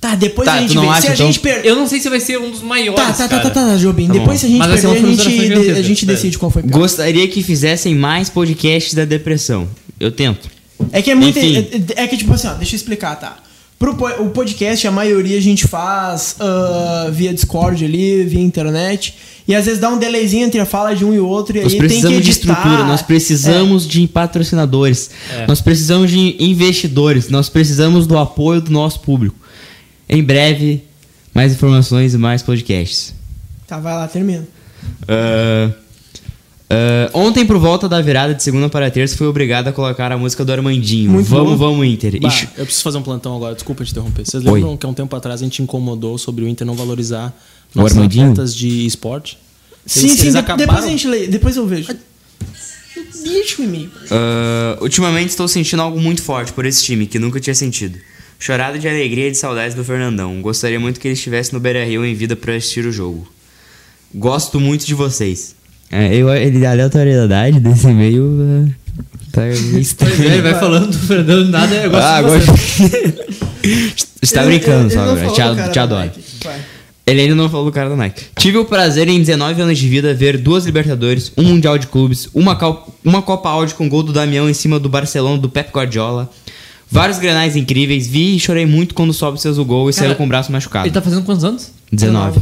Tá, depois Tá, a gente tu não vê. Se acha, a gente então? perder. Eu não sei se vai ser um dos maiores, Tá, tá, tá, cara. tá, tá, tá, Jobim. Depois, se a gente Mas vai ser uma perder, a gente, frustração de- gigantesca, a gente espera. decide qual foi pior. Gostaria que fizessem mais podcasts da depressão. Eu tento. É que é muito. Enfim. É, é que, tipo assim, ó, deixa eu explicar, tá? Pro po- o podcast, a maioria a gente faz ah, via Discord ali, via internet. E às vezes dá um delayzinho entre a fala de um e o outro. E Nós aí tem precisamos que de editar. É, estrutura, nós precisamos de patrocinadores, nós precisamos de investidores, nós precisamos do apoio do nosso público. Em breve, mais informações e mais podcasts. Tá, vai lá, termina. Ah, ah, ontem, por volta da virada de segunda para terça, fui obrigado a colocar a música do Armandinho. Muito vamos, bom. vamos, Inter. E Bah, chu- eu preciso fazer um plantão agora, desculpa te interromper. Vocês Oi. lembram que há um tempo atrás a gente incomodou sobre o Inter não valorizar O nossas Armandinho? atletas de esporte? Sim, Eles- sim, eles de- acabaram- depois a gente lê, depois eu vejo. Deixa o e-mail. Ah, ultimamente estou sentindo algo muito forte por esse time que nunca tinha sentido. Chorado de alegria e de saudades do Fernandão. Gostaria muito que ele estivesse no Beira Rio em vida para assistir o jogo. Gosto muito de vocês. É, eu, ele, a aleatoriedade desse e-mail é, tá meio Pois é, estranho. ele vai falando do Fernando nada, eu gosto Ah, de você. gosto. Está tá brincando Ele- ele só não agora. falou Te, do ad- cara te da adoro. Nike. Vai. Ele ainda não falou do cara da Nike. Tive o prazer em 19 anos de vida ver duas Libertadores, um Mundial de Clubes, uma, cal- uma Copa Audi com gol do Damião em cima do Barcelona do Pep Guardiola. Vários granais incríveis, vi e chorei muito quando sobe seus gol e Cara, saiu com o braço machucado. Ele tá fazendo quantos anos? 19.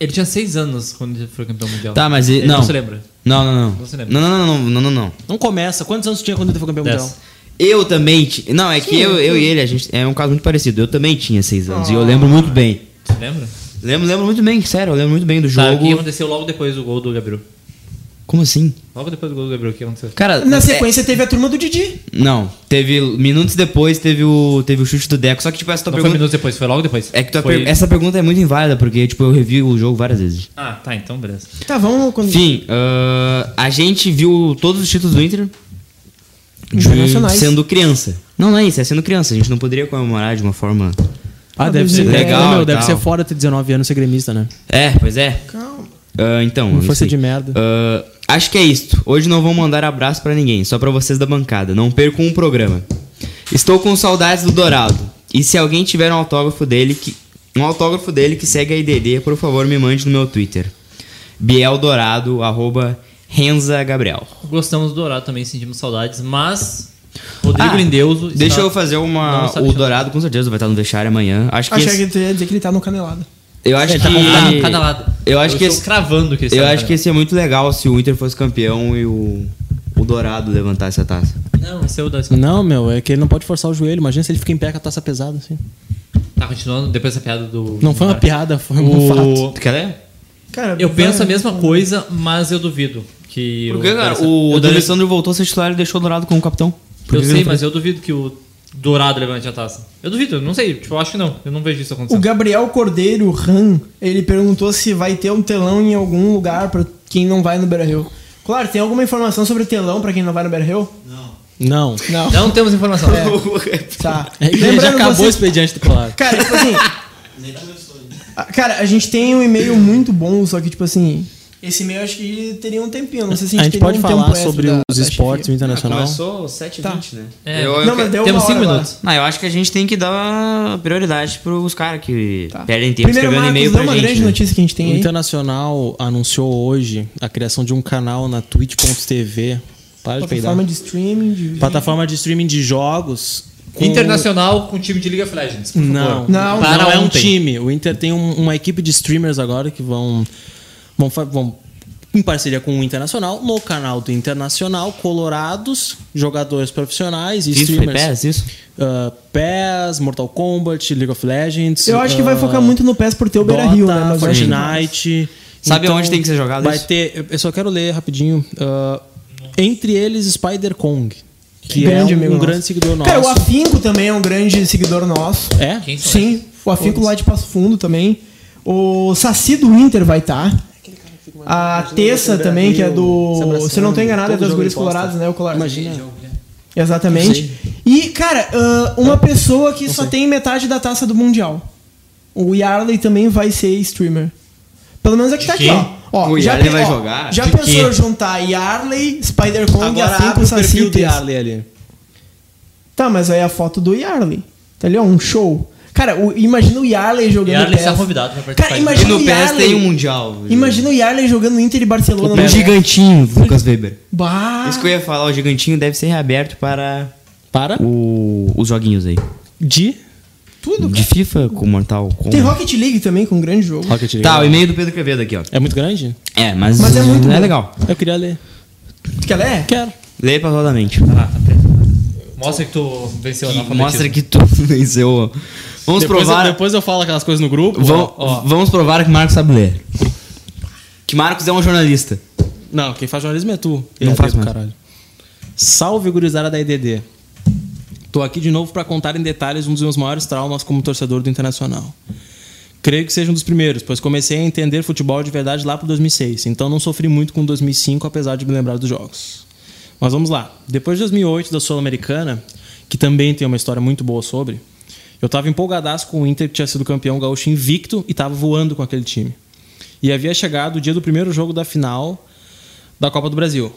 Ele tinha 6 anos quando ele foi campeão mundial. Tá, mas ele ele, não. não se lembra. Não, não, não. Não se lembra. Não, não, não, não, não, não, não. Não começa. Quantos anos tinha quando o Inter foi campeão Dez. mundial? Eu também ti- Não, é que eu, eu e ele, a gente. É um caso muito parecido. Eu também tinha 6 anos. Ah. E eu lembro muito bem. Você lembra? Lembro, lembro muito bem, sério, eu lembro muito bem do Tá, o que jogo. aconteceu logo depois do gol do Gabriel? Como assim? Logo depois do gol do Gabriel, o que aconteceu? Cara, Na é- sequência teve a turma do Didi. Não, teve. Minutos depois teve o, teve o chute do Deco. Só que, tipo, essa tua Não foi pergunta. minutos depois, foi logo depois. É que tua Foi- per- essa pergunta é muito inválida, porque, tipo, eu revi o jogo várias vezes. Ah, tá, então beleza. Tá, vamos. Quando... Enfim, ah, a gente viu todos os títulos do Inter. de- Internacionais. Sendo criança. Não, não é isso, é sendo criança. A gente não poderia comemorar de uma forma. Ah, deve ser- Legal, meu, deve tal. ser fora ter 19 anos ser gremista, né? É, pois é. Calma. Ah, então. Uma é força isso aí. de merda. Ah, acho que é isto. Hoje não vou mandar abraço pra ninguém, só pra vocês da bancada. Não percam um programa. Estou com saudades do Dourado. E se alguém tiver um autógrafo dele que um autógrafo dele que segue a IDD, por favor, me mande no meu Twitter. Biel Dourado, arroba Renza Gabriel. Gostamos do Dourado também, sentimos saudades, mas Rodrigo Ah, Lindeus. está- Deixa eu fazer Não uma. sabe O chamar. Dourado com certeza vai estar no vestiário amanhã. Acho que. Achei esse- que tu ia dizer que ele tá no canelado. Eu acho Tá montado que. cada lado. Eu acho que estou esse- cravando que é ele Eu está acho que ia ser muito legal se o Inter fosse campeão e o, o Dourado levantar essa taça. Não, esse é o da. Não, meu, é que ele não pode forçar o joelho. Imagina se ele fica em pé com a taça pesada, assim. Tá continuando depois dessa piada do. Não foi uma Marcos. piada, foi um fato. Tu quer ler? Cara, Eu penso a vai- mesma coisa, mas eu duvido que. Por que, cara? D'Alessandro- O eu, duvido, D'Alessandro voltou a ser titular e deixou o Dourado como capitão. Por eu que sei, ele tá- não mas fez? eu duvido que o Dourado levante a taça. Eu duvido, eu não sei. Tipo, eu acho que não. Eu não vejo isso O acontecendo. Gabriel Cordeiro Ram, ele perguntou se vai ter um telão em algum lugar pra quem não vai no Beira Rio. Claro, tem alguma informação sobre telão pra quem não vai no Beira Rio? Não. Não. Não temos informação. Tá. É, já acabou o expediente do Claro. Cara, tipo assim. Ah, Cara, a gente tem um e-mail muito bom, só que, tipo assim. Esse e-mail acho que teria um tempinho. Não sei se a A gente, gente teria pode um falar tempo extra sobre da- os da esportes chefia. internacional. Começou 7h20, né? É. Eu, eu é? Tá. Não, que- mas deu Temos uma cinco hora agora. minutos. Não, eu acho que a gente tem que dar prioridade pros caras que Tá. perdem tempo Primeiro, escrevendo Marcos, e-mail dá pra uma gente. grande né? notícia que a gente tem O aí. Internacional anunciou hoje a criação de um canal na twitch.tv. Para de peidar. Plataforma Tá de streaming. de- Plataforma de streaming de jogos. com- Internacional com time de League of Legends. por favor. Não, Não, não, para é um ontem. time. O Inter tem um- uma equipe de streamers agora que vão, vão, fa- vão em parceria com o Internacional, no canal do Internacional, colorados, jogadores profissionais e Isso, foi streamers. PES, isso? Ah, PES, Mortal Kombat, League of Legends. Eu acho que vai ah, focar muito no PES por ter o Beira Dota, Rio, né? Mas eu acho que- Fortnite. Sabe onde tem que ser jogado assim, então, Vai isso? ter. eu- Eu só quero ler rapidinho. ah, entre eles, Spider Kong. Que Grande é um, amigo um nosso. grande seguidor nosso. Cara, o Afinco também é um grande seguidor nosso. É? Quem são esses? Sim, o Afinco lá de Passo Fundo também. O Saci do Inter vai estar. A Tessa também, que é do. Se eu não tô enganado, é Todo das jogo Gurias ele posta. Coloradas, né? O Colorado. Imagina. Ah, Exatamente. E, cara, ah, uma pessoa que só tem metade da taça do Mundial. O Yarley também vai ser streamer. Pelo menos é que tá aqui, quê? ó. ó O já Yarley pe- vai ó, jogar? Já De pensou quê? juntar Yarley, Spider-Kong, Agora abre Afinco, o Saci perfil e do Tessa. Yarley ali. Tá, mas aí a foto do Yarley. Tá ali, ó, um show. Cara, o- imagina o Yarley jogando Yarley PES. está convidado pra participar Cara, de- E imagina no o PES Yarley. tem um mundial. Imagina o Yarley jogando Inter e Barcelona. O é né? gigantinho, Lucas Weber. Bah. Isso que eu ia falar, o gigantinho deve ser reaberto para Para. o- os joguinhos aí. De. Tudo. De FIFA com Mortal Kombat. Tem Rocket League também, com um grande jogo. Rocket League. Tá, o e-mail do Pedro Quevedo aqui, ó. É muito grande? É, mas, Mas é muito é bom. legal. Eu queria ler. Tu quer ler? Quero. Lê pausadamente. Ah, tá preto. Mostra que tu venceu o analfabetismo. Mostra que tu venceu. Vamos depois, provar. eu, depois eu falo aquelas coisas no grupo. Vam- Vamos provar que Marcos sabe ler. Que Marcos é um jornalista. Não, quem faz jornalismo é tu. Não Não faz faço mais. caralho. Salve, gurizada da EDD. Tô aqui de novo pra contar em detalhes um dos meus maiores traumas como torcedor do Internacional. Creio que seja um dos primeiros, pois comecei a entender futebol de verdade lá pro 2006, então não sofri muito com 2005, apesar de me lembrar dos jogos. Mas vamos lá. Depois de 2008 da Sul-Americana, que também tem uma história muito boa sobre, eu tava empolgadaço com o Inter, que tinha sido campeão gaúcho invicto e tava voando com aquele time. E havia chegado o dia do primeiro jogo da final da Copa do Brasil.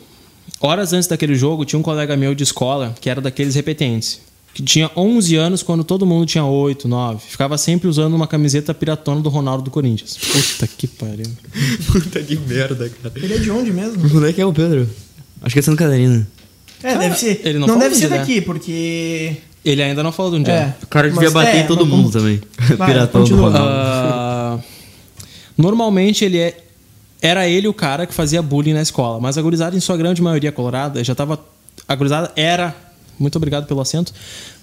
Horas antes daquele jogo, tinha um colega meu de escola que era daqueles repetentes, que tinha 11 anos quando todo mundo tinha 8, 9. Ficava sempre usando uma camiseta piratona do Ronaldo do Corinthians. Puta que pariu. Puta que merda, cara. Ele é de onde mesmo? Onde é que é o Pedro? Acho que é Santa Catarina. É, deve ser. ele não não falou deve ser onde, né? daqui, porque. Ele ainda não falou de onde É. é. O cara devia Mas bater é, em todo mas mundo como- também. Vai, Piratão do continua. Ronaldo. Ah, normalmente ele é, era ele o cara que fazia bullying na escola, mas a gurizada em sua grande maioria colorada já tava a gurizada era muito obrigado pelo acento.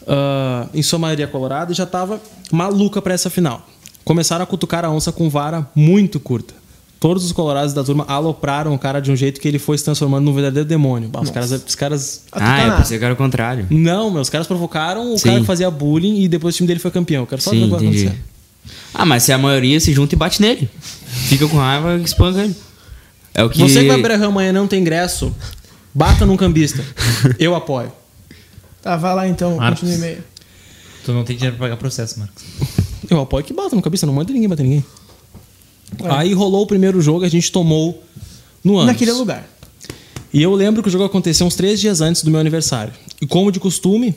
ah, em sua maioria colorada já tava maluca pra essa final. Começaram a cutucar a onça com vara muito curta. Todos os colorados da turma alopraram o cara de um jeito que ele foi se transformando num verdadeiro demônio. Bah, os caras, os caras Ah, Atutaná. eu pensei que era o contrário. não, meu, os caras provocaram o Sim. cara que fazia bullying e depois o time dele foi campeão. Eu quero só ver Sim, o que vai entendi. acontecer. Ah, mas se a maioria se junta e bate nele. Fica com raiva e espanca ele. É o que. Você que vai pra Rio amanhã e não tem ingresso, bata num cambista. Eu apoio. Tá, vai lá então, Marcos. continua o e-mail. Tu não tem dinheiro pra pagar processo, Marcos. Eu apoio que bata num cambista, não manda ninguém bater ninguém. Aí rolou o primeiro jogo, a gente tomou no ano. Naquele lugar. E eu lembro que o jogo aconteceu uns três dias antes do meu aniversário. E como de costume,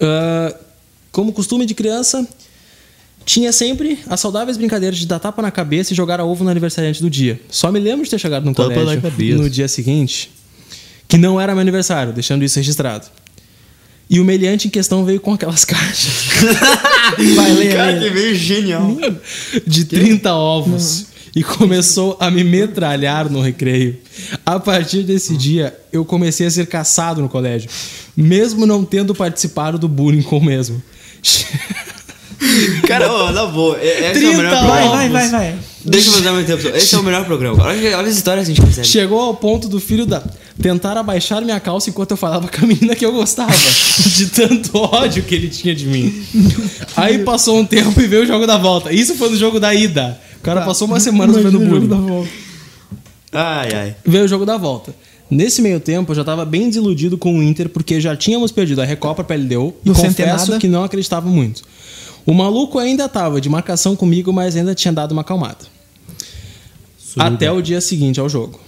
ah, como costume de criança, tinha sempre as saudáveis brincadeiras de dar tapa na cabeça e jogar a ovo no aniversariante do dia. Só me lembro de ter chegado no Tapa na colégio cabeça. no dia seguinte, que não era meu aniversário, deixando isso registrado. E o meliante em questão veio com aquelas caixas Vai ler, Cara, ler. que veio genial. de 30 ovos e começou a me metralhar no recreio. A partir desse dia, eu comecei a ser caçado no colégio, mesmo não tendo participado do bullying com o mesmo. Cara, ô, na boa, e- esse é 30 o melhor Vai, programa. vai, vai, vai. Deixa eu fazer uma interrupção. Esse é o melhor programa. Olha, olha as histórias que a gente recebe. Chegou ao ponto do filho da tentar abaixar minha calça enquanto eu falava com a menina que eu gostava, de tanto ódio que ele tinha de mim. Aí passou um tempo e veio o jogo da volta. Isso foi no jogo da ida. O cara passou uma semana sofrendo Tá. Imagina o jogo bullying. da volta. Ai, ai. Veio o jogo da volta. Nesse meio tempo, eu já tava bem desiludido com o Inter, porque já tínhamos perdido a Recopa pra LDU. E No confesso Centenada. que não acreditava muito. O maluco ainda tava de marcação comigo, mas ainda tinha dado uma acalmada. Até o dia seguinte ao jogo.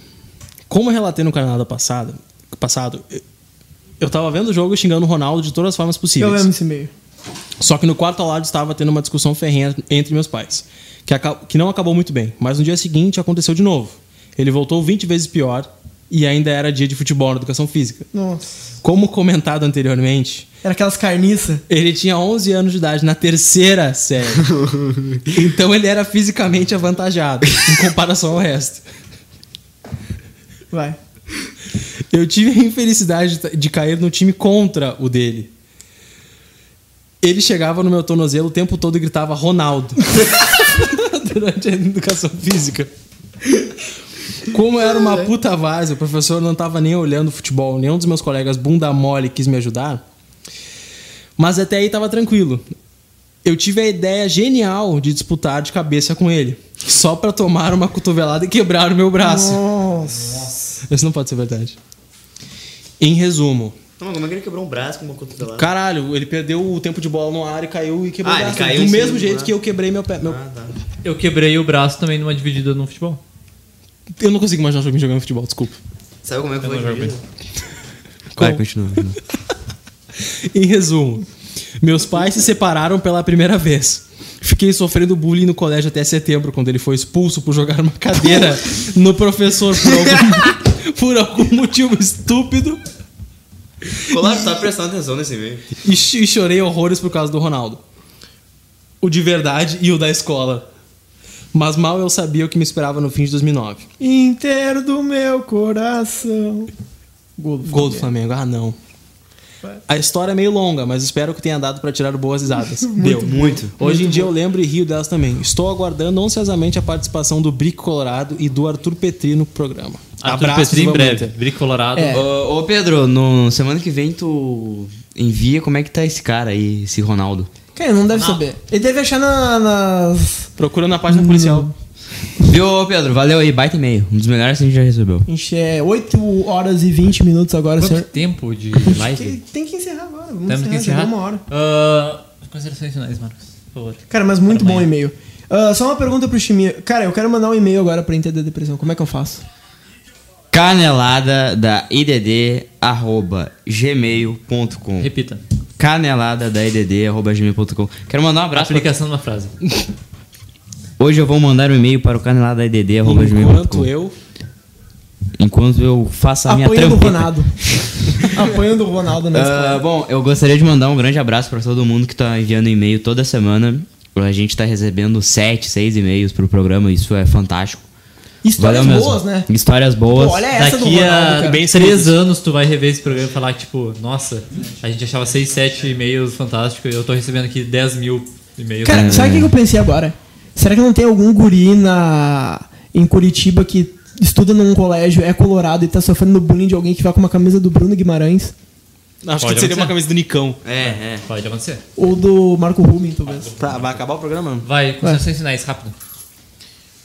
Como eu relatei no Canadá passado, passado, eu- eu tava vendo o jogo e xingando o Ronaldo de todas as formas possíveis. Eu lembro desse meio. Só que no quarto ao lado estava tendo uma discussão ferrenha entre meus pais, que, aca- que não acabou muito bem. Mas no dia seguinte aconteceu de novo. Ele voltou 20 vezes pior e ainda era dia de futebol na educação física. Nossa. Como comentado anteriormente, Era aquelas carniças. ele tinha 11 anos de idade na terceira série. então ele era fisicamente avantajado em comparação ao resto. Vai. Eu tive a infelicidade de- de cair no time contra o dele. Ele chegava no meu tornozelo o tempo todo e gritava Ronaldo. Durante a educação física. Como eu era uma puta vaza, o professor não tava nem olhando futebol, nenhum dos meus colegas bunda mole quis me ajudar. Mas até aí tava tranquilo. Eu tive a ideia genial de disputar de cabeça com ele, só pra tomar uma cotovelada e quebrar o meu braço. Nossa. Isso não pode ser verdade. Em resumo. Não, como é que ele quebrou um braço com uma cotovelada? Caralho, ele perdeu o tempo de bola no ar e caiu e quebrou Ah, o ele braço. caiu do em cima mesmo do jeito braço. que eu quebrei meu pé. meu- Ah, tá. Eu quebrei o braço também numa dividida no futebol. Eu não consigo imaginar alguém jogando futebol, desculpa. Sabe como é que foi? não jogo dividido? Vai, continua. continua. Em resumo, meus pais se separaram pela primeira vez. Fiquei sofrendo bullying no colégio até setembro, quando ele foi expulso por jogar uma cadeira no professor por algum, por algum motivo estúpido. Colar, tá prestando atenção nesse meio. E, ch- e chorei horrores por causa do Ronaldo. O de verdade e o da escola. Mas mal eu sabia o que me esperava no fim de 2009. Inteiro do meu coração. Gol do Gol do Flamengo. Ah, não. A história é meio longa, mas espero que tenha dado pra tirar boas risadas. Deu. Muito. Hoje em dia eu lembro e rio delas também. Estou aguardando ansiosamente a participação do Brico Colorado e do Arthur Petri no programa. Arthur Abraços, Petri em vamos breve. Inter. Brico Colorado. É. Ô, ô, Pedro, no, semana que vem tu envia como é que tá esse cara aí, esse Ronaldo. Cara, não deve saber. Ele deve achar na- nas. Procura na Hum. página policial. Viu, ô, Pedro? Valeu aí, baita e meio. Um dos melhores que a gente já recebeu. Enche, é 8 horas e 20 minutos agora, Quanto senhor. tempo de Que- live? Tem que encerrar agora. Vamos Temos encerrar, que já encerrar. deu uma hora. Ah, considerações finais, Marcos. Por favor. Cara, mas muito Para bom amanhã. e-mail. Ah, só uma pergunta pro Chimia. Cara, eu quero mandar um e-mail agora pra entender a depressão. Como é que eu faço? Canelada da IDD, arroba gmail.com. Repita. Canelada da IDD, arroba gmail.com. Quero mandar um abraço. pra- Aplicação de uma frase. Hoje eu vou mandar um e-mail para o canelada da IDD, arroba Enquanto gmail.com. eu. Enquanto eu faço a Tá, minha Apanhando o trampeta. Ronaldo. Apanhando o Ronaldo na escola. Ah, bom, eu gostaria de mandar um grande abraço pra todo mundo que tá enviando e-mail toda semana. A gente tá recebendo 7, 6 e-mails pro programa, isso é fantástico. Histórias Valeu mesmo. boas, né? Histórias boas. Pô, olha essa do Daqui Ronaldo, a cara. bem três anos tu vai rever esse programa e falar, tipo, nossa, a gente achava 6, 7 e-mails fantásticos e eu tô recebendo aqui 10 mil e-mails. Cara, sabe o que que eu pensei agora? Será que não tem algum guri na... em Curitiba que estuda num colégio, é colorado e tá sofrendo bullying de alguém que vai com uma camisa do Bruno Acho Guimarães? Pode que seria acontecer. uma camisa do Nicão. É, é. Pode acontecer. Ou do Marco Rubin, talvez. Pra- vai acabar o programa? Vai, considerações finais, rápido.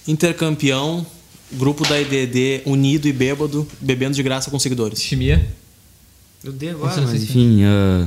Intercampeão, grupo da IDD unido e bêbado, bebendo de graça com seguidores. Chimia. Eu Mas, enfim, ah,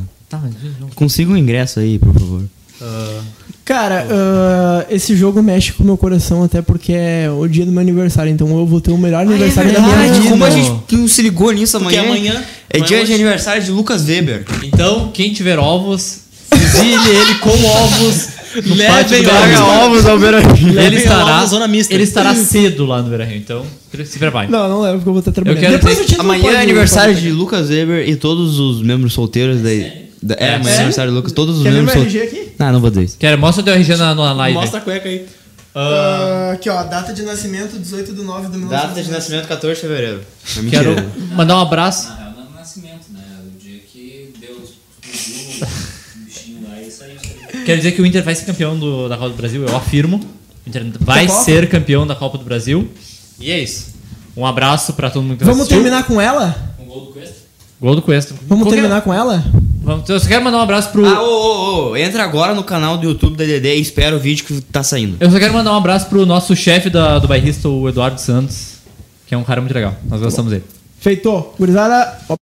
consiga um ingresso aí, por favor. Ah, Cara, ah, esse jogo mexe com o meu coração até porque é o dia do meu aniversário, então eu vou ter o melhor aniversário da minha vida. como a gente não se ligou nisso Porque amanhã? amanhã- é amanhã dia hoje. de aniversário de Lucas Weber. então, quem tiver ovos, fuzile ele com ovos no Levem pátio do Beira ovos. Rio. ovos ao Ele Levem ovos estará, na zona mista. ele estará cedo lá no Beira Rio, então se prepare. Não, não levo, porque eu vou estar trabalhando. quero é Depois ter- o Tito não Amanhã pode- é não aniversário pode- de Lucas Weber e todos os membros solteiros da. Da- É, amanhã é É? aniversário do Lucas. Todos os Quer ver mesmos. meu são- RG aqui? Ah, não vou dizer isso. Quero, mostra o teu RG na, na live. Mostra a cueca aí. Ah, aqui, ó, data de nascimento, 18 de 9 de 1990. Data de nascimento 14 de fevereiro. Quero mandar um abraço. Na real, não é o nascimento, né? O dia que Deus fugiu o bichinho lá e saiu isso aí. Quero dizer que o Inter vai ser campeão do- da Copa do Brasil, eu afirmo. O Inter vai Copa? ser campeão da Copa do Brasil. E é isso. Um abraço pra todo mundo que Vamos assistiu. terminar com ela? Com o gol do Cuesta? Gol do Cuesta. Vamos Qualquer- terminar com ela? Vamos, eu só quero mandar um abraço pro. Ah, ô, ô, ô, entra agora no canal do YouTube da Dedé e espera o vídeo que tá saindo. Eu só quero mandar um abraço pro nosso chefe da- do Tá bairrista, o Eduardo Santos, que é um cara muito legal. Nós gostamos dele. Feito. Gurizada,